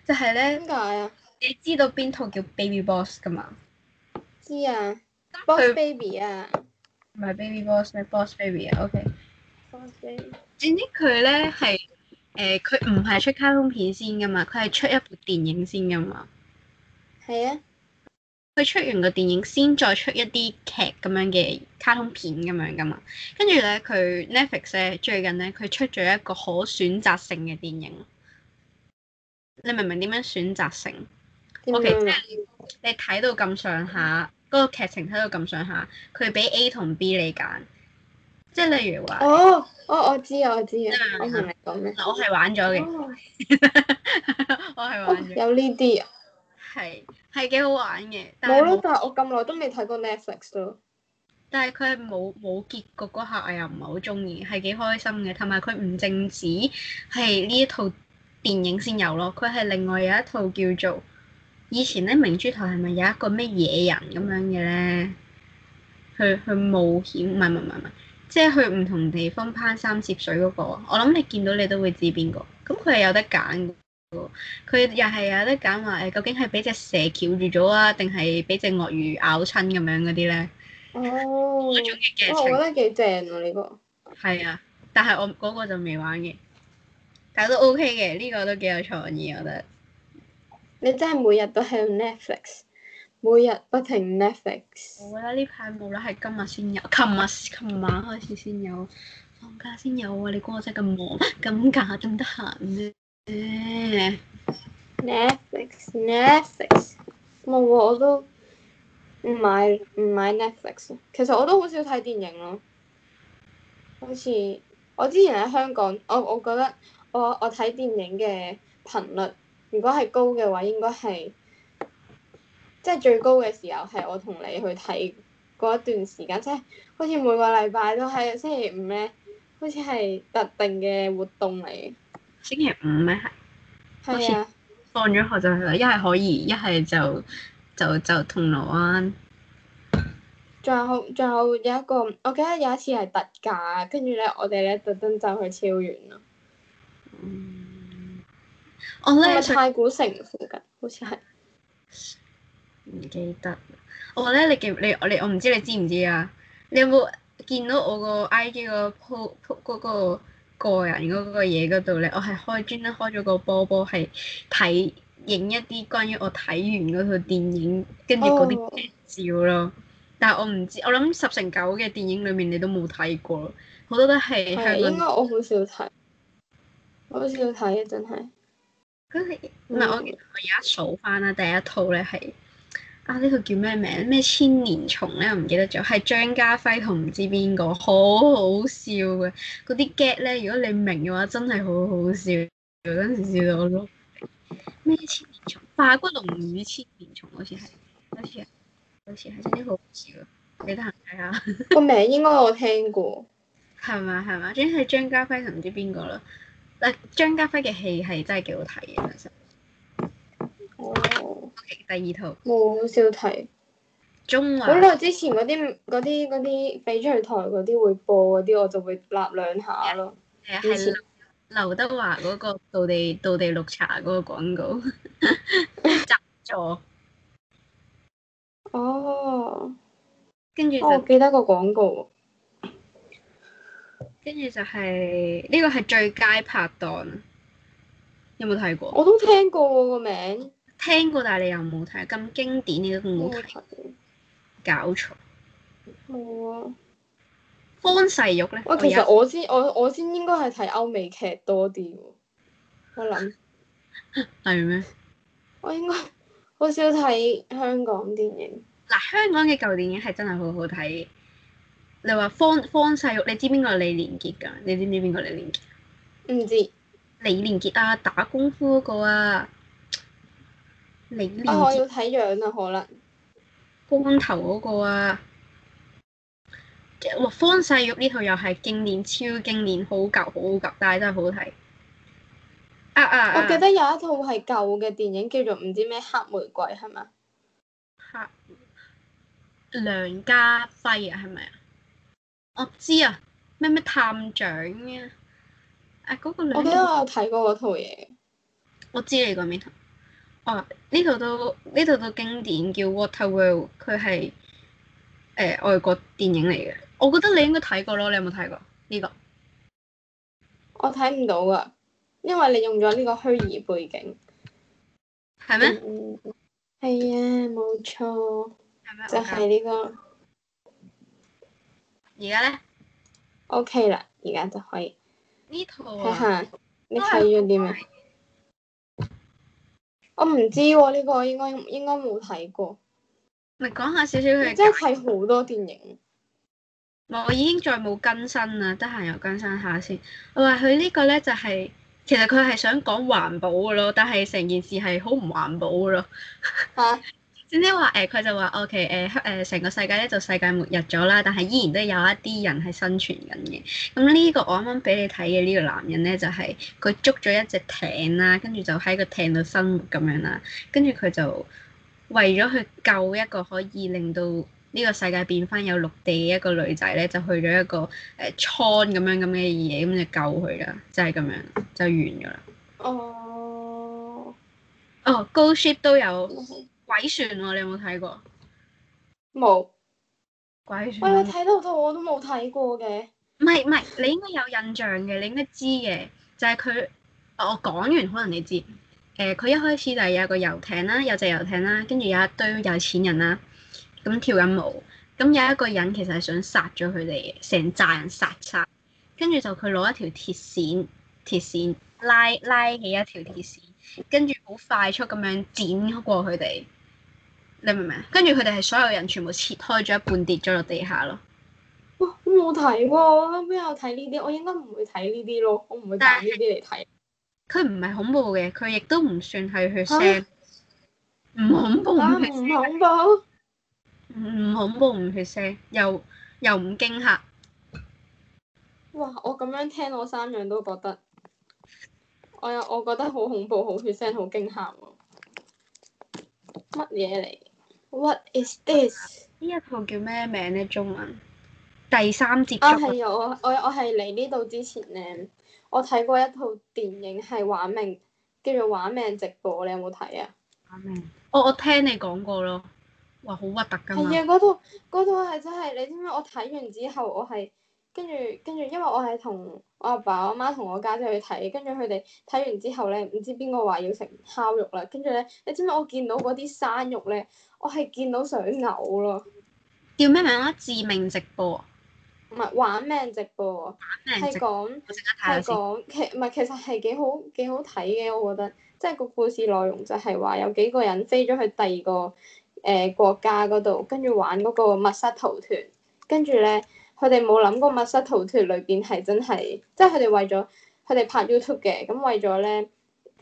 Speaker 2: 就係咧，
Speaker 1: 點解啊？
Speaker 2: 你知道邊套叫 Baby Boss 㗎嘛？
Speaker 1: 知啊
Speaker 2: 佢
Speaker 1: ，Boss Baby 啊
Speaker 2: 唔係 Baby Boss 咩？Boss Baby 啊，OK。
Speaker 1: ，Boss Baby。
Speaker 2: 總之佢咧係誒，佢唔係出卡通片先㗎嘛，佢係出一部電影先㗎嘛。
Speaker 1: 係啊，
Speaker 2: 佢出完個電影先再出一啲劇咁樣嘅卡通片咁樣噶嘛，跟住咧佢 Netflix 咧最近咧佢出咗一個可選擇性嘅電影，你明唔明點樣選擇性
Speaker 1: 點
Speaker 2: ？OK，即
Speaker 1: 樣
Speaker 2: 係
Speaker 1: 啊？
Speaker 2: 你睇到咁上下，嗰、個劇情睇到咁上下，佢俾 A 同 B 你揀，即係例如話，
Speaker 1: 哦，哦，我知啊，我知啊
Speaker 2: 嗯，
Speaker 1: 我明你講咩。
Speaker 2: 嗱我係玩咗嘅，
Speaker 1: 哦
Speaker 2: (laughs) 我係
Speaker 1: 哦
Speaker 2: 玩咗，
Speaker 1: 有呢啲啊，
Speaker 2: 係係幾好玩嘅，但
Speaker 1: 冇
Speaker 2: 係
Speaker 1: 咯
Speaker 2: 冇，
Speaker 1: 但係我咁耐都未睇過 Netflix 咯。
Speaker 2: 但係佢係冇冇結局嗰下，我又唔係好中意，係幾開心嘅。同埋佢唔淨止係呢一套電影先有咯，佢係另外有一套叫做以前咧明珠台係咪有一個咩野人咁樣嘅咧？去去冒險，唔係唔係唔係唔係，即係去唔同地方攀山涉水嗰、個。我諗你見到你都會知邊個。咁佢係有得揀嘅喎，佢又係有得揀話誒，究竟係俾隻蛇翹住咗啊，定係俾隻鱷魚咬親咁樣嗰啲咧？
Speaker 1: 哦，哇，我
Speaker 2: 嗰種嘅劇情
Speaker 1: 覺得幾正喎呢個。
Speaker 2: 係啊，但係我嗰個就未玩嘅，但係都 OK 嘅，呢、個都幾有創意，我覺得。
Speaker 1: 你真係每日都喺度 Netflix，每日不停 Netflix。
Speaker 2: 冇啦，呢排冇啦，係今日先有，琴日琴晚開始先有，放假先有啊！你估我真係咁忙，咁假咁得閒咩？
Speaker 1: Netflix，Netflix，冇喎，我都唔買唔買 Netflix。其實我都好少睇電影咯，好似我之前喺香港，我我覺得我我睇電影嘅頻率，如果係高嘅話，應該係即係最高嘅時候係我同你去睇嗰一段時間，即係好似每個禮拜都係星期五咧，好似係特定嘅活動嚟嘅，
Speaker 2: 星期五咩？好似
Speaker 1: 係啊。
Speaker 2: 放咗學就係啦，一係可以，一係就就就銅鑼灣。
Speaker 1: 仲有仲有有一個，我記得有一次係特價，跟住咧我哋咧特登走去超遠咯，
Speaker 2: 嗯我
Speaker 1: 係咪
Speaker 2: 咧想
Speaker 1: 太古城附近？好似係
Speaker 2: 唔記得啦。我咧，你記唔你我你我唔知你知唔知啊？你有冇見到我個 I G 個 po po 嗰個個人嗰個嘢嗰度咧？我係開專登開咗個波波係睇影一啲關於我睇完嗰套電影跟住嗰
Speaker 1: 哦
Speaker 2: 啲照咯。但係我唔知，我諗十成九嘅電影裡面你都冇睇過，好多都係香
Speaker 1: 係啊
Speaker 2: 港
Speaker 1: 應該我好少睇，好少睇啊，真係。嗯
Speaker 2: 嗰係唔係我我而家數翻啦，第一套咧係啊呢套叫咩名？咩千年蟲咧？我唔記得咗，係張家輝同唔知邊個，好好笑嘅。嗰啲 get 咧，如果你明嘅話，真係好好笑。嗰陣時笑到我碌咩千年蟲？化骨龍與千年蟲好似係，好似係，好似係真係好好笑。你得閒睇下。
Speaker 1: 個名應該我聽過。
Speaker 2: 係嘛係嘛，總之係張家輝同唔知邊個啦。嗱，張家輝嘅戲係真係幾好睇嘅，其實。
Speaker 1: 哦，
Speaker 2: 第二套
Speaker 1: 冇好少睇。
Speaker 2: 中
Speaker 1: 好
Speaker 2: 華
Speaker 1: 耐之前嗰啲嗰啲嗰啲翡翠台嗰啲會播嗰啲，我就會立兩下咯。
Speaker 2: 誒
Speaker 1: 以前
Speaker 2: 係劉劉德華嗰個道地道地綠茶嗰個廣告 (laughs) 贊助，
Speaker 1: 哦，
Speaker 2: 跟住
Speaker 1: 哦我
Speaker 2: 就
Speaker 1: 記得個廣告
Speaker 2: 跟住就係呢個係最佳拍檔，有冇睇過？
Speaker 1: 我都聽過喎個名，
Speaker 2: 聽過，但係你又冇睇，咁經典你都冇
Speaker 1: 冇
Speaker 2: 睇，
Speaker 1: 睇。
Speaker 2: 搞錯。
Speaker 1: 冇啊！
Speaker 2: 方世玉
Speaker 1: 喂，
Speaker 2: 咧，我
Speaker 1: 其
Speaker 2: 有
Speaker 1: 實我先我我先應該係睇歐美劇多啲喎。我諗
Speaker 2: 係咩？
Speaker 1: 我應該 (laughs) 好少睇香港電影。
Speaker 2: 嗱，香港嘅舊電影係真係好好睇。你話方方世玉，你知邊個係李連杰㗎？你知唔知邊個李連杰？
Speaker 1: 唔知
Speaker 2: 李連杰啊，打功夫嗰個啊，李連
Speaker 1: 啊，我
Speaker 2: 杰
Speaker 1: 要睇樣啊，可能。
Speaker 2: 光頭嗰個啊，哇！方世玉呢套又係經典，超經典，好舊好舊，但係真係好睇。啊啊啊！
Speaker 1: 我記得有一套係舊嘅電影，叫做唔知咩黑玫瑰係咪？
Speaker 2: 拍梁家輝啊，係咪啊？我知啊，咩咩探長啊，啊嗰、個
Speaker 1: 我記
Speaker 2: 兩
Speaker 1: 得我有睇過嗰套嘢。
Speaker 2: 我知你講邊套。哦，呢套都呢套都經典，叫《Water World》，佢係誒外國電影嚟嘅。我覺得你應該睇過咯，你有冇睇過呢、個？
Speaker 1: 我睇唔到噶，因為你用咗呢個虛擬背景。
Speaker 2: 係咩？
Speaker 1: 嗯，係啊，冇錯，
Speaker 2: 係咩？
Speaker 1: 就
Speaker 2: 我搞
Speaker 1: 係呢個。
Speaker 2: 而家咧
Speaker 1: OK 啦，而家就可以
Speaker 2: 呢套
Speaker 1: 睇
Speaker 2: 啊，
Speaker 1: 下你睇咗啲咩。我唔知喎，呢個應該應該冇睇過。
Speaker 2: 咪講下少少佢
Speaker 1: 我
Speaker 2: 嘅
Speaker 1: 真
Speaker 2: 簡
Speaker 1: 係睇好多電影。
Speaker 2: 我已經再冇更新啦，得閒又更新下先。我話佢呢個咧就係、其實佢係想講環保嘅咯，但係成件事係好唔環保嘅咯。
Speaker 1: 嚇
Speaker 2: 總之話誒，佢、就話 OK 誒誒，成、個世界咧就世界末日咗啦，但係依然都有一啲人係生存緊嘅。咁呢個我啱啱俾你睇嘅呢個男人咧，就係、佢捉咗一隻艇啦，跟住就喺個艇度生活咁樣啦，跟住佢就為咗去救一個可以令到呢個世界變翻有陸地嘅一個女仔咧，就去咗一個誒、呃、倉咁樣咁嘅嘢，咁就救佢啦，就係、咁樣就完咗啦。
Speaker 1: 哦，
Speaker 2: 哦，《Ghost Ship》都有鬼船喎、你有冇睇過？
Speaker 1: 冇。
Speaker 2: 鬼船啊
Speaker 1: 喂，
Speaker 2: 都
Speaker 1: 你睇到套我都冇睇過嘅。
Speaker 2: 唔係唔係，你應該有印象嘅，你應該知嘅，就係、佢，我講完可能你知。誒、佢一開始就係有個遊艇啦，有隻遊艇啦，跟住有一堆有錢人啦，咁跳緊舞。咁有一個人其實係想殺咗佢哋嘅，成扎人殺殺，跟住就佢攞一條鐵線，鐵線拉拉起一條鐵線，跟住好快速咁樣剪過佢哋。你明唔明啊？跟住佢哋係所有人全部切開咗一半，跌咗落地下咯。
Speaker 1: 哇，我冇睇喎，我後尾有睇呢啲，我應該唔會睇呢啲咯，我唔會揀呢啲嚟睇。
Speaker 2: 佢唔係恐怖嘅，佢亦都唔算係血腥
Speaker 1: 啊，
Speaker 2: 唔恐怖
Speaker 1: 啊，唔
Speaker 2: 唔血
Speaker 1: 恐
Speaker 2: 腥，
Speaker 1: 怖。
Speaker 2: 唔恐怖唔血腥，又又唔驚嚇。
Speaker 1: 哇！我咁樣聽，我三樣都覺得，我有我覺得好恐怖、好血腥、好驚嚇喎。乜嘢嚟？What is this？
Speaker 2: 呢一套叫咩名咧？中文第三節 (laughs)
Speaker 1: 啊，
Speaker 2: 觸
Speaker 1: 係啊！我我我係嚟呢度之前咧，我睇過一套電影係玩命，叫做《玩命直播》，你有冇睇啊？
Speaker 2: 畫面，我我聽你講過咯，哇好核突㗎
Speaker 1: 係
Speaker 2: 嘛，
Speaker 1: 啊！嗰套嗰套係真係，你知唔知？我睇完之後，我係跟住跟住，因為我係同我阿爸、我媽同我家姐去睇，跟住佢哋睇完之後咧，唔知邊個話要食烤肉啦，跟住咧，你知唔知我見到嗰啲生肉咧，我係見到想嘔咯，
Speaker 2: 叫咩名啊？致命直播啊，
Speaker 1: 唔係玩命直播，係
Speaker 2: 即
Speaker 1: 講
Speaker 2: 我即刻睇下
Speaker 1: 係
Speaker 2: 先。
Speaker 1: 講其唔係其實係幾好幾好睇嘅，我覺得即係個故事內容就係話有幾個人飛咗去第二個誒、呃、國家嗰度，跟住玩嗰個密室逃脱，跟住咧佢哋冇諗過密室逃脱裏邊係真係，即係佢哋為咗佢哋拍 YouTube 嘅，咁為咗咧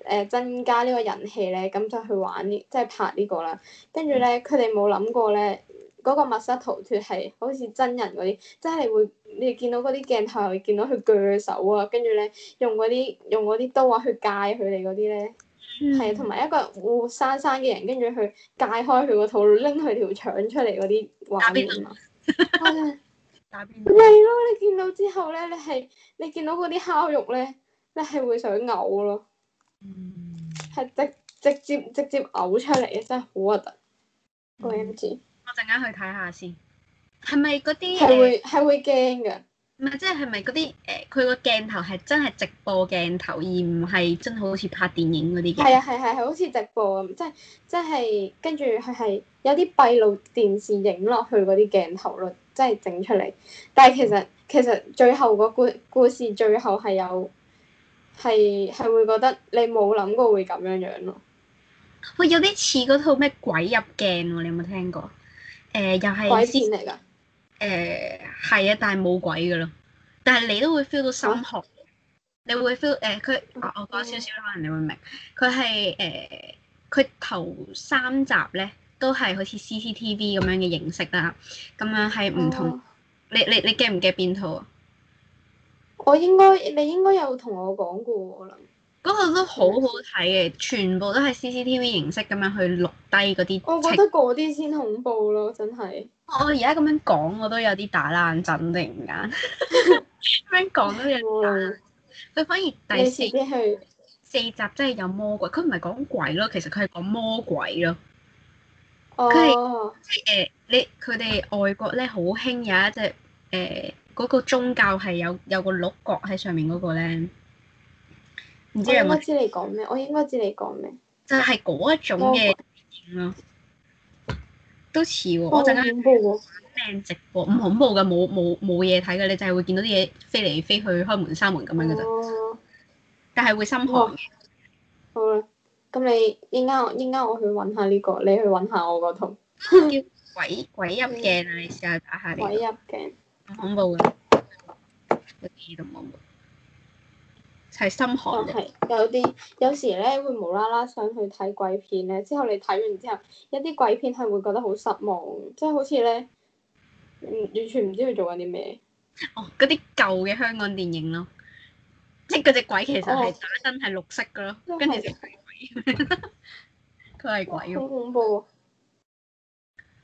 Speaker 1: 誒增加呢個人氣咧，咁就去玩呢即係拍呢個啦。跟住咧，佢哋冇諗過咧，嗰、個密室逃脱係好似真人嗰啲，即係你會你見到嗰啲鏡頭，見到佢鋸手啊，跟住咧用嗰啲用嗰啲刀啊去戒佢哋嗰啲咧，
Speaker 2: 嗯
Speaker 1: 係同埋一個活生生嘅人，跟住佢戒開佢個肚，拎佢條腸出嚟嗰啲畫面啊！哇真係
Speaker 2: 打邊
Speaker 1: 係咯，你見到之後咧，你係你見到嗰啲烤肉咧，你係會想嘔咯，
Speaker 2: 嗯
Speaker 1: 係直直接直接嘔出嚟嘅，真係好核突。
Speaker 2: 嗯
Speaker 1: 個 M G
Speaker 2: 我陣間去睇下先。係咪嗰啲
Speaker 1: 係
Speaker 2: 誒？
Speaker 1: 會係會驚㗎。
Speaker 2: 唔係即係係咪嗰啲誒？佢個鏡頭係真係直播鏡頭，而唔係真係好似拍電影嗰啲嘅。
Speaker 1: 係啊係係係，好似直播咁，即係即係跟住佢係有啲閉路電視影落去嗰啲鏡頭咯，即係整出嚟。但係其
Speaker 2: 嗯
Speaker 1: 實其實最後個故故事最後係有係係會覺得你冇諗過會咁樣樣咯。
Speaker 2: 喂，有啲似嗰套咩鬼入鏡喎？你有冇聽過？誒、又
Speaker 1: 鬼
Speaker 2: 係先
Speaker 1: 片嚟㗎，
Speaker 2: 誒係啊，但係冇鬼噶咯。但係你都會 feel 到心寒，你會 feel 誒佢、
Speaker 1: 嗯
Speaker 2: 啊我講少少啦，可能你會明。佢係誒佢頭三集咧都係好似 CCTV 咁樣嘅形式啦，咁樣係唔同。
Speaker 1: 哦
Speaker 2: 你你你記唔記邊套啊？
Speaker 1: 我應該你應該有同我講過我諗。
Speaker 2: 嗰個都好好睇嘅，全部都係 CCTV 形式咁樣去錄低嗰
Speaker 1: 我
Speaker 2: 啲
Speaker 1: 覺
Speaker 2: 情。
Speaker 1: 得嗰啲先恐怖咯，真係。
Speaker 2: 我而家咁樣講，我都有啲打冷震，突然 (laughs) 間咁樣講都有啲打冷震。佢反而
Speaker 1: 你遲
Speaker 2: 第四
Speaker 1: 啲去
Speaker 2: 四集真係有魔鬼，佢唔係講鬼咯，其實佢係講魔鬼咯。係
Speaker 1: 哦，
Speaker 2: 即係誒、你佢哋外國咧好興有一隻誒嗰個宗教係有有個鹿角喺上面嗰個咧，唔
Speaker 1: 我
Speaker 2: 知有
Speaker 1: 應該
Speaker 2: 冇
Speaker 1: 知你講咩，我應該知你講咩。
Speaker 2: 就係嗰一種嘅片咯，都似喎。
Speaker 1: 哇
Speaker 2: 我
Speaker 1: 哦好
Speaker 2: 陣間
Speaker 1: 恐怖喎！
Speaker 2: 靚直播唔恐怖噶，冇冇冇嘢睇噶，你就係會見到啲嘢飛嚟飛去、開門閂門咁樣噶咋，
Speaker 1: 哦
Speaker 2: 但係會心寒
Speaker 1: 哇
Speaker 2: 嘅。
Speaker 1: 好啦，咁你應間我應間我去揾下呢、個，你去揾下我個圖
Speaker 2: 鬼鬼入鏡啊！你試下打下呢個
Speaker 1: 鬼入鏡。
Speaker 2: 唔恐怖嘅，一啲都唔恐怖，係心寒
Speaker 1: 但
Speaker 2: 嘅。
Speaker 1: 係有啲有時咧會無啦啦想去睇鬼片咧，之後你睇完之後，一啲鬼片係會覺得好失望，即係好似咧，嗯，完全唔知佢做緊啲咩。
Speaker 2: 哦，嗰啲舊嘅香港電影咯，即係嗰只鬼其實係
Speaker 1: 哦
Speaker 2: 打燈係綠色嘅咯，
Speaker 1: 都
Speaker 2: 跟住
Speaker 1: 係
Speaker 2: 就係鬼， (laughs) 佢係鬼
Speaker 1: 好
Speaker 2: 喎。
Speaker 1: 恐怖喎！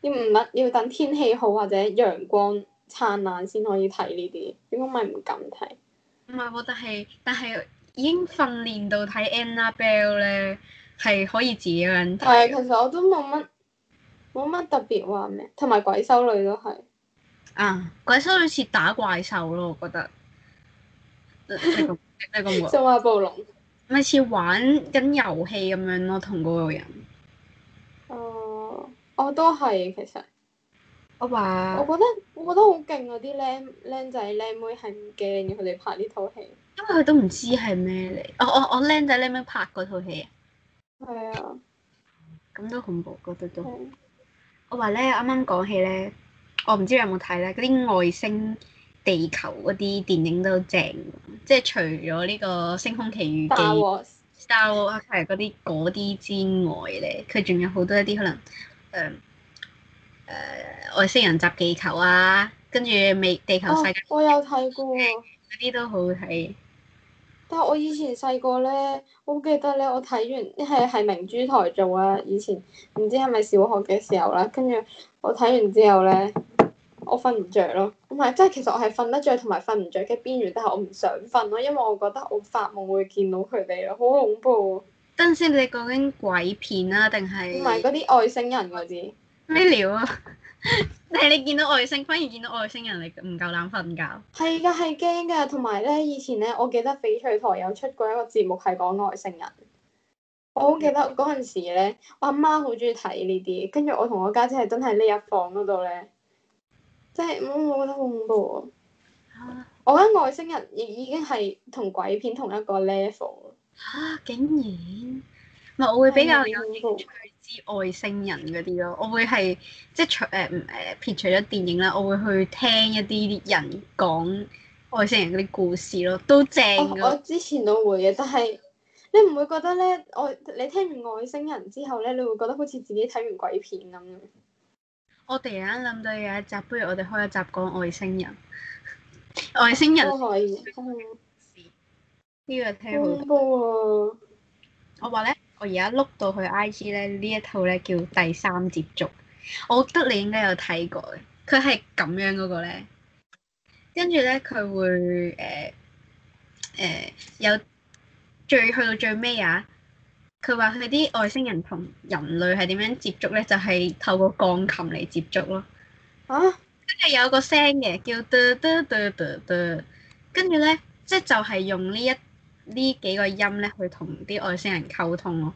Speaker 1: 要唔乜要等天氣好或者陽光燦爛先可以睇呢啲，如果唔係唔敢睇。
Speaker 2: 唔係喎，但係但係已經訓練到睇 Annabelle 咧係可以自己一個人
Speaker 1: 但係啊
Speaker 2: 睇
Speaker 1: 其
Speaker 2: 嘅。
Speaker 1: 實我都冇乜冇乜特別話咩，同埋鬼修女都係。
Speaker 2: 啊，鬼獸好似打怪獸咯，我覺得。你你覺唔你覺唔覺？
Speaker 1: 就話暴龍。
Speaker 2: 咪似玩緊遊戲咁樣咯，同嗰個人。
Speaker 1: 哦，我都係其實，
Speaker 2: 我
Speaker 1: 我
Speaker 2: 話。
Speaker 1: 覺得我覺得好勁嗰啲僆僆仔僆妹係唔驚嘅，佢哋拍呢套戲。
Speaker 2: 因為佢都唔知係咩嚟。哦我我我僆仔僆妹拍嗰套戲啊，
Speaker 1: 係啊，
Speaker 2: 咁都恐怖，覺得都。
Speaker 1: 係
Speaker 2: 我話咧，啱啱講起咧，我唔知你有冇睇咧，嗰啲外星地球嗰啲電影都正喎，即係除咗呢個《星空奇遇記
Speaker 1: 大》、鑊
Speaker 2: Star Wars 啊係嗰啲嗰啲之外咧，佢仲有好多一啲可能誒誒、呃外星人襲地球啊，跟住美地球世
Speaker 1: 哦
Speaker 2: 界！
Speaker 1: 我有睇過啊，
Speaker 2: 嗰啲都好好睇。
Speaker 1: 但係我以前細個咧，我好記得咧，我睇完係係明珠台做啊，以前唔知係咪小學嘅時候啦，跟住我睇完之後咧，我瞓唔着咯，唔係，即係其實我係瞓得着同埋瞓唔着嘅邊緣，但係我唔想瞓咯，因為我覺得我發夢會見到佢哋咯，好恐怖啊！
Speaker 2: 等陣先，你講緊鬼片啊，定係
Speaker 1: 唔係嗰啲外星人嗰啲，
Speaker 2: 咩料啊？ (laughs) 但係你見到外星，反而見到外星人，你唔夠膽瞓覺。
Speaker 1: 係㗎係驚㗎，同埋咧以前咧，我記得翡翠台有出過一個節目係講外星人，我好記得嗰陣時咧，我阿媽好中意睇呢啲，跟住嗯我同我家姐係真係匿入房嗰度咧，即係我我覺得好恐怖
Speaker 2: 啊
Speaker 1: 我覺得外星人亦已經係同鬼片同一個 level。
Speaker 2: 啊！竟然唔係，啊我會比較有
Speaker 1: 係
Speaker 2: 興趣知外星人嗰啲咯。我會係即係除誒唔誒撇除咗電影啦，我會去聽一啲人講外星人嗰啲故事咯，都正
Speaker 1: 我我
Speaker 2: 㗎。
Speaker 1: 之前都會嘅，但係你唔會覺得咧，我你聽完外星人之後咧，你會覺得好似自己睇完鬼片咁樣。
Speaker 2: 我突然間諗到有一集，不如我哋開一集講外星人。外星人
Speaker 1: 都可以，
Speaker 2: 呢個聽好
Speaker 1: 恐。怖啊！
Speaker 2: 我話咧，我而家碌到去 IG 咧，呢一套咧叫《第三接觸》，我覺得你應該有睇過嘅。佢係咁樣嗰個咧，跟住咧佢會誒誒、呃呃有最去到最尾啊！佢話佢啲外星人同人類係點樣接觸咧？就係、透過鋼琴嚟接觸咯。
Speaker 1: 啊，
Speaker 2: 跟住有個聲嘅叫嘟嘟嘟嘟嘟，跟住咧即係就係用呢一呢幾個音咧去同啲外星人溝通咯。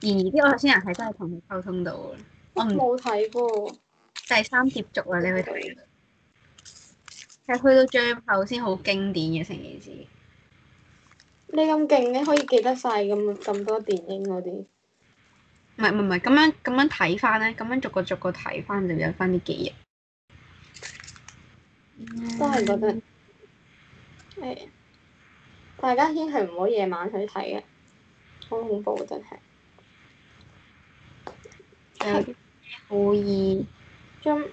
Speaker 2: 然而啲外星人係真係同佢溝通到嘅。我唔
Speaker 1: 啊冇睇過。
Speaker 2: 第三接觸啊，你去睇，係去到最後先好經典嘅成件事。
Speaker 1: 你咁勁，你可以記得晒咁咁多電影嗰啲。
Speaker 2: 唔係唔係唔係咁樣咁樣睇翻咧，咁樣逐個逐個睇翻就有翻啲記憶。
Speaker 1: 都係覺得
Speaker 2: 嗯
Speaker 1: 係大家千祈唔好夜晚去睇嘅，好恐怖真係。
Speaker 2: 有啲好意。
Speaker 1: 咁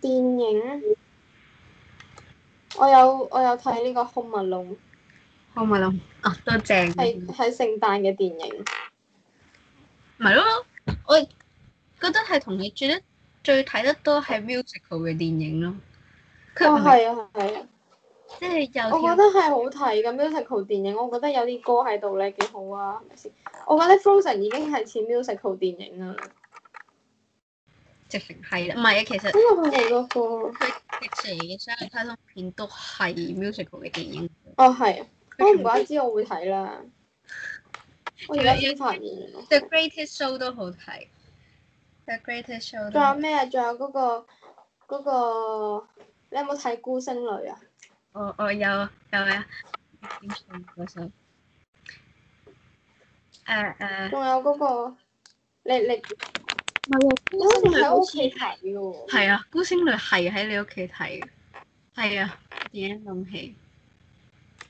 Speaker 1: 電影，我有我有睇呢個《空物龍》，
Speaker 2: 好咪咯，啊都正。
Speaker 1: 係係聖誕嘅電影。
Speaker 2: 咪咯，我覺得係同你最得最睇得多係 musical 嘅電影咯。佢
Speaker 1: 哦，
Speaker 2: 唔係
Speaker 1: 係啊，係啊，
Speaker 2: 即係
Speaker 1: 我覺
Speaker 2: 又跳
Speaker 1: 得係好睇嘅 musical 電影，我覺得有啲歌喺度咧幾好啊，係咪先？我覺得 Frozen 已經係似 musical 電影啊啦，
Speaker 2: 直情係啦，唔係啊，其實
Speaker 1: 因為佢好多歌。
Speaker 2: 迪士尼嘅所有卡通片都係 musical 嘅電影。
Speaker 1: 哦，係啊，我唔
Speaker 2: 佢
Speaker 1: 怪之我會睇啦。我而家先發現原來。
Speaker 2: The Greatest Show 都好睇，The Greatest Show 都
Speaker 1: 仲有
Speaker 2: 好
Speaker 1: 咩啊？仲有嗰、個嗰、個，你有冇睇《孤星淚》啊？
Speaker 2: 我我哦有有啊，點唱嗰首？誒誒，
Speaker 1: 仲有嗰、個，你你
Speaker 2: 唔係喎，
Speaker 1: 你好似喺屋
Speaker 2: 孤星淚好似
Speaker 1: 企睇嘅喎。
Speaker 2: 係啊，孤星淚係喺你屋企睇嘅，係啊，突然間諗起。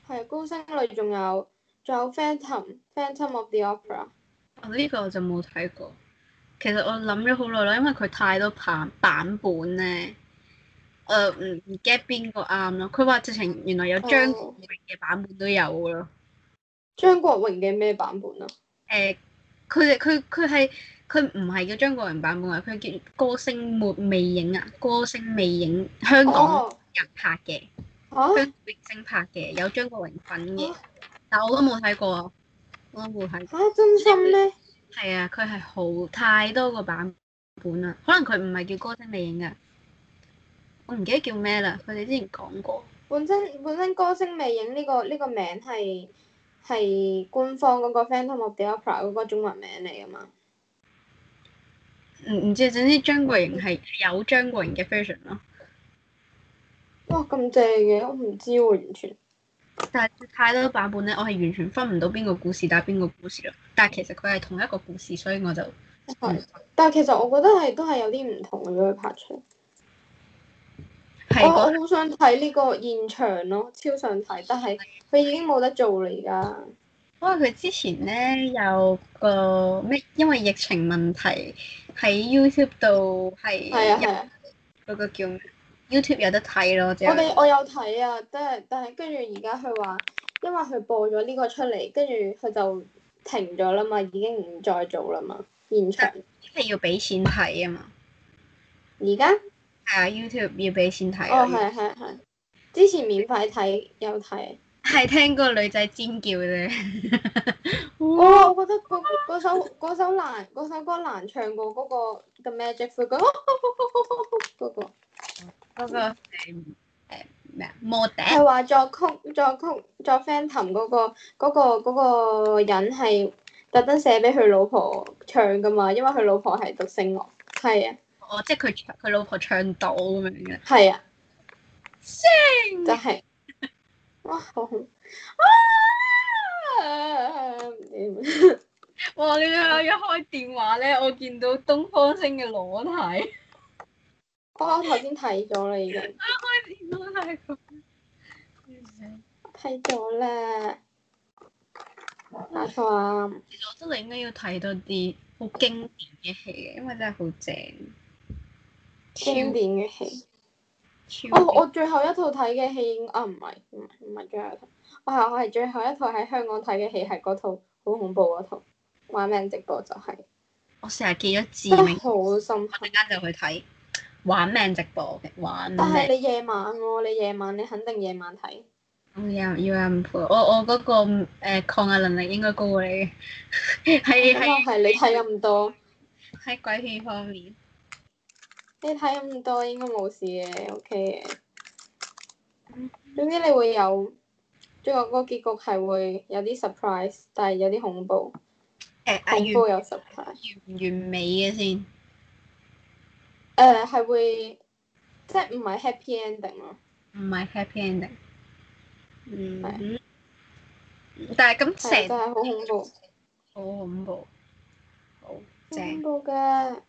Speaker 1: 係啊《孤星淚》，仲有仲有《Phantom》，《Phantom of the Opera》。
Speaker 2: 我哦呢個我就冇睇過。其實我諗咗好耐啦，因為佢太多版版本咧，誒唔唔 get 邊個啱咯。佢話直情原來有張國榮嘅版本都有咯。
Speaker 1: 張國榮嘅咩版本啊？
Speaker 2: 誒、佢哋佢佢係佢唔係叫張國榮版本啊，佢叫歌星沒魅影啊，歌星魅影香港
Speaker 1: 哦，
Speaker 2: 人拍嘅，
Speaker 1: 嚇
Speaker 2: 香港明星拍嘅，有張國榮份嘅
Speaker 1: 啊，
Speaker 2: 但我都冇睇過啊，我都冇睇過。
Speaker 1: 嚇啊真心咩？
Speaker 2: 係啊，佢係好太多個版本啦，可能佢唔係叫歌星魅影噶，我唔記得叫咩啦。佢哋之前講過，
Speaker 1: 本身本身歌星魅影呢、個呢、個名係係官方嗰個《Phantom of the Opera》嗰個中文名嚟㗎嘛？
Speaker 2: 唔唔知啊總之張國榮係係有張國榮嘅 version 咯，
Speaker 1: 哇，咁正嘅，我唔知喎，完全。
Speaker 2: 但係太多版本咧，我係完全分唔到邊個故事打邊個故事咯。但係其實佢係同一個故事，所以我就嗯
Speaker 1: 係，但係其實我覺得係都係有啲唔同嘅佢拍出嚟。我
Speaker 2: 係
Speaker 1: 我好想睇呢個現場咯，超想睇，但係佢已經冇得做啦而家。
Speaker 2: 因為佢之前咧有個咩，因為疫情問題喺 YouTube 度係
Speaker 1: 係啊係啊，
Speaker 2: 有嗰個叫咩 YouTube 有得睇咯，即
Speaker 1: 我
Speaker 2: 係
Speaker 1: 哋我有睇啊，但係但係跟住而家佢話，因為佢播咗呢個出嚟，跟住佢就停咗啦嘛，已經唔再做啦嘛，現場。
Speaker 2: 係要俾錢睇啊嘛。
Speaker 1: 而家
Speaker 2: 係啊，YouTube 要俾錢睇。啊
Speaker 1: 哦係係係，之前免費睇有睇。
Speaker 2: 係聽個女仔尖叫啫。
Speaker 1: (laughs) 哦我我覺得嗰嗰首嗰首難嗰首歌難唱過嗰個 The Magic Fruit 嗰個嗰個。
Speaker 2: 嗰個係誒咩啊？摩笛
Speaker 1: 哦係話作曲作曲作 Phantom 嗰、個嗰、個嗰、個人係特登寫俾佢老婆唱噶嘛，因為佢老婆係讀聲樂。係啊，
Speaker 2: 哦，即係佢唱佢老婆唱到咁樣嘅。
Speaker 1: 係啊，就係、哇好恐啊唔知點
Speaker 2: 哇！你兩一開電話咧，我見到東方星嘅裸體，
Speaker 1: (laughs)
Speaker 2: 開
Speaker 1: 我頭先睇咗啦已經。
Speaker 2: 電話係咁。
Speaker 1: 睇咗咧，冇錯啊！
Speaker 2: 其實我真係應該要睇多啲好經典嘅戲嘅，因為真係好正。
Speaker 1: 經典嘅戲。
Speaker 2: 超
Speaker 1: 哦，我最後一套睇嘅戲啊，唔係唔係唔係最後一套，我係我係最後一套喺香港睇嘅戲係嗰套好恐怖嗰套，玩命直播就係、
Speaker 2: 我成日記咗字
Speaker 1: 真
Speaker 2: 名
Speaker 1: 係，好深刻
Speaker 2: 突。然間就去睇玩命直播嘅玩
Speaker 1: 但係
Speaker 2: 命。
Speaker 1: 你夜晚喎、你夜晚你肯定夜晚睇。
Speaker 2: 我有要有人陪我，我嗰、個、呃、抗壓能力應該高過你 (laughs) 嘅，係
Speaker 1: 咁
Speaker 2: 係
Speaker 1: 又係你睇咁多，
Speaker 2: 喺鬼片方面。
Speaker 1: 你睇咁多應該冇事嘅，OK 嘅。總之你會有最後嗰個結局係會有啲 surprise，但係有啲恐怖，
Speaker 2: 誒啊
Speaker 1: 恐
Speaker 2: 完
Speaker 1: 怖有 surprise。
Speaker 2: 完唔完美嘅先？
Speaker 1: 誒係會，即係唔係 happy ending 咯。
Speaker 2: 唔係 happy ending。嗯
Speaker 1: 係。
Speaker 2: 但係咁
Speaker 1: 係
Speaker 2: 成
Speaker 1: 真係好恐怖，
Speaker 2: 好恐怖，好
Speaker 1: 恐
Speaker 2: 正。
Speaker 1: 怖嘅。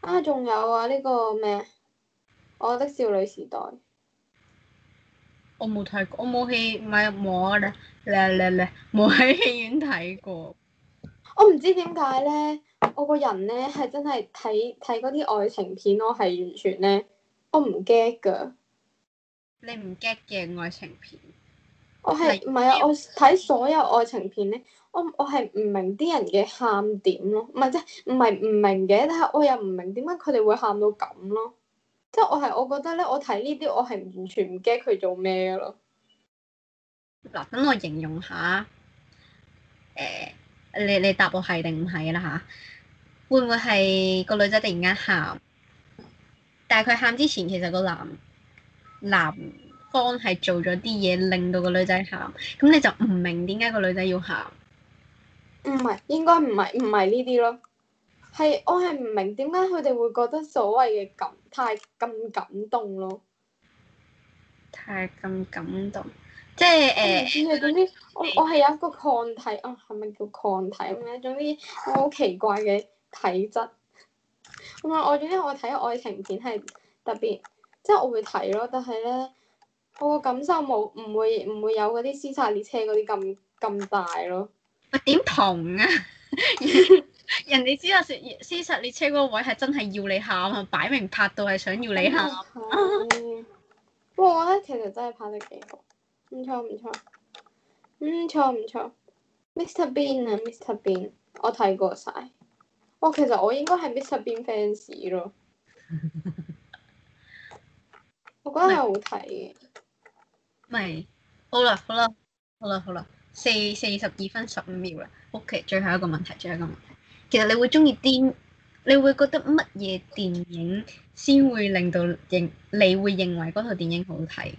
Speaker 1: 啊，仲有啊，呢、個咩？我的少女時代，
Speaker 2: 我冇睇過，我冇戲，唔係冇咧咧咧咧，冇 (laughs) 喺戲院睇過。
Speaker 1: 我唔知點解咧，我個人咧係真係睇睇嗰啲愛情片，我係完全咧，我唔 get 㗎。
Speaker 2: 你唔 get 嘅愛情片，
Speaker 1: 我係唔係啊？我睇所有愛情片咧，我我係唔明啲人嘅喊點咯，唔係即係唔係唔明嘅，但係我又唔明點解佢哋會喊到咁咯。即係我係我覺得咧，我睇呢啲我係完全唔 get 佢做咩咯。
Speaker 2: 嗱，等我形容下。誒、你你答我係定唔係啦吓，會唔會係個女仔突然間喊？但係佢喊之前，其實個男男方係做咗啲嘢，令到個女仔喊。咁你就唔明點解個女仔要喊。
Speaker 1: 唔係，應該唔係唔係呢啲咯。係我係唔明點解佢哋會覺得所謂嘅感太咁感動咯。
Speaker 2: 太咁感動，即係誒、呃
Speaker 1: 我唔知啊，總之我我係有一個抗體啊，係咪叫抗體咁樣？總之我好奇怪嘅體質。咁啊，我總之我睇愛情片係特別，即係我會睇咯，但係咧我個感受冇唔會唔會有嗰啲屍殺列車嗰啲咁咁大咯。
Speaker 2: 喂點同啊？ (laughs) 人哋知道事事實列車嗰個位係真係要你喊啊，擺明拍到係想要你喊。
Speaker 1: 係。不過我覺得其實真係拍得幾好，唔錯唔錯，唔錯唔錯。Mr Bean 啊，Mr Bean，我睇過晒。哇，其實我應該係 Mr Bean fans 咯。我覺得係好睇嘅，
Speaker 2: 咪好啦，好啦，好啦，好啦，四四十二分十五秒啦。OK，最後一個問題，最後一個問題。其實你會中意啲，你會覺得乜嘢電影先會令到認你會認為嗰套電影好睇？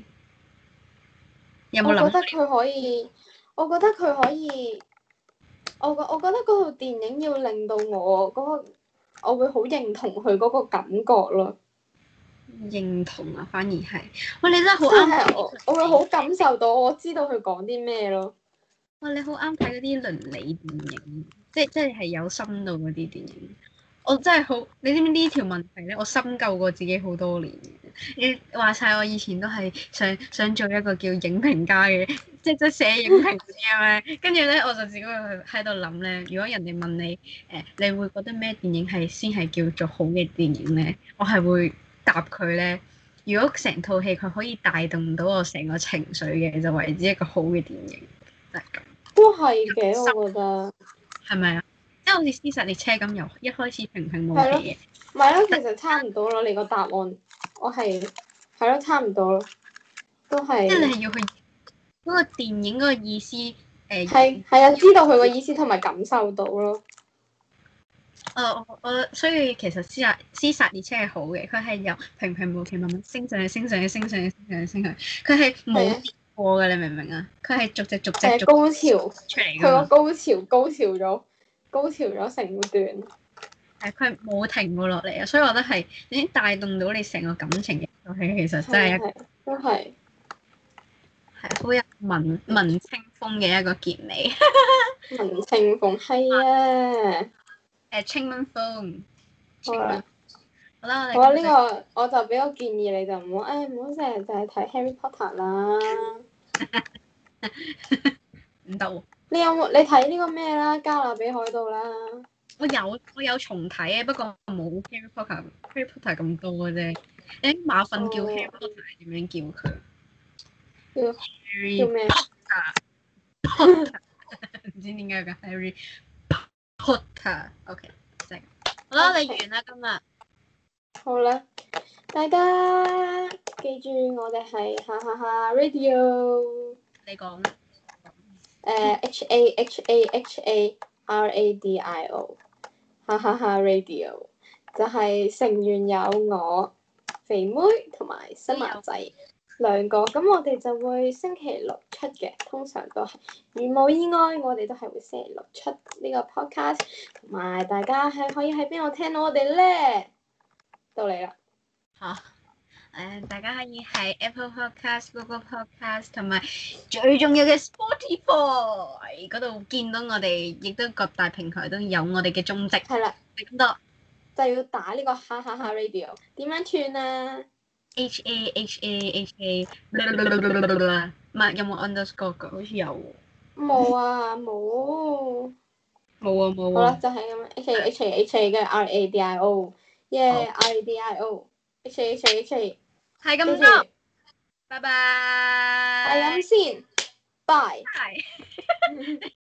Speaker 2: 有冇
Speaker 1: 我覺得
Speaker 2: 諗？
Speaker 1: 佢可以，我覺得佢可以，我覺我覺得嗰套電影要令到我嗰、個，我會好認同佢嗰個感覺咯。
Speaker 2: 認同啊，反而係喂，你真係好
Speaker 1: 即
Speaker 2: 啱
Speaker 1: 係
Speaker 2: 睇
Speaker 1: 我我會好感受到，我知道佢講啲咩咯。
Speaker 2: 哇！你好啱睇嗰啲倫理電影，即係即係係有深度嗰啲電影。我真係好，你知唔知呢條問題咧？我深究過自己好多年嘅。你話晒我以前都係想想做一個叫影評家嘅，即係即係寫影評嗰啲咁咧。跟住咧，我就自己喺喺度諗咧，如果人哋問你誒、你會覺得咩電影係先係叫做好嘅電影咧？我係會答佢咧。如果成套戲佢可以帶動到我成個情緒嘅，就為之一個好嘅電影，就係咁。
Speaker 1: 都係嘅，我覺得。
Speaker 2: 係咪啊？即係好似《屍殺列車》咁，由一開始平平無
Speaker 1: 係
Speaker 2: 奇嘅，
Speaker 1: 唔係咯，其實差唔多咯，你個答案，我係係咯，差唔多咯，都
Speaker 2: 即係你
Speaker 1: 係
Speaker 2: 係要去嗰個電影嗰個意思誒。
Speaker 1: 係係啊，知道佢個意思同埋感受到咯。
Speaker 2: 誒哦我我所以其實屍殺屍殺列車係好嘅，佢係由平平無奇慢慢升上去、升上去、升上去、升上去、升上去，佢
Speaker 1: 係
Speaker 2: 係
Speaker 1: 啊
Speaker 2: 冇跌過嘅，你明唔明啊？佢係逐隻逐隻
Speaker 1: 誒
Speaker 2: 逐
Speaker 1: 高潮，
Speaker 2: 出嚟
Speaker 1: 佢
Speaker 2: 㗎嘛
Speaker 1: 個，高潮高潮咗，高潮咗成段。
Speaker 2: 但係佢係冇停過落嚟啊！所以我覺得係已經帶動到你成個感情嘅遊戲，其實真係一
Speaker 1: 係都係
Speaker 2: 係好有文文青風嘅一個結尾。
Speaker 1: 文青逢係啊！
Speaker 2: 誒清文風，
Speaker 1: 好啦，
Speaker 2: 好啦，我哋
Speaker 1: 好啊啦，呢、
Speaker 2: 今集
Speaker 1: 個我就俾個建議你就唔好，唉唔好成日就係睇 Harry Potter 啦。
Speaker 2: 唔得喎。
Speaker 1: 你有冇你睇呢個咩啦？加勒比海盜啦，
Speaker 2: 我有我有重睇嘅，不過冇 Harry Potter Harry Potter 咁多嘅啫。你馬糞叫
Speaker 1: 哦
Speaker 2: Harry Potter 點樣叫佢
Speaker 1: 叫叫
Speaker 2: ？Harry
Speaker 1: 咩？
Speaker 2: (laughs) 唔知點解嘅 Harry Potter，OK，就係咁好啦，你
Speaker 1: OK
Speaker 2: 完啦今日。
Speaker 1: 好啦，大家記住我哋係哈哈哈 Radio，
Speaker 2: 你講啦，
Speaker 1: 誒、H Uh, A H A H A R A D I O，哈哈哈 Radio 就係成員有我肥妹同埋新馬仔兩個，咁我哋就會星期六出嘅，通常都係如冇意外，我哋都係會星期六出呢個 podcast，同埋大家係可以喺邊度聽到我哋咧？到你啦！
Speaker 2: 好，誒，大家可以喺 À, Apple Podcast、Google Podcast à, 同埋最重要嘅 Spotify 嗰度見到我哋，亦都各大平台都有我哋嘅蹤跡。
Speaker 1: 係啦，
Speaker 2: 係咁多
Speaker 1: 就要打呢個哈哈哈 radio，點樣串啊？
Speaker 2: H A H A H A，唔係有冇 underscore 㗎？好似有喎。
Speaker 1: 冇啊，冇。
Speaker 2: 冇啊冇
Speaker 1: 好啦，
Speaker 2: 啊。
Speaker 1: 就係咁樣，H A H A H A 跟住 R A D I O，yeah
Speaker 2: 好
Speaker 1: R A D I O，H A H A H A，
Speaker 2: 係
Speaker 1: 跟
Speaker 2: 咁
Speaker 1: 住
Speaker 2: 多，拜
Speaker 1: 係
Speaker 2: 拜。
Speaker 1: 咁先，bye。
Speaker 2: 係。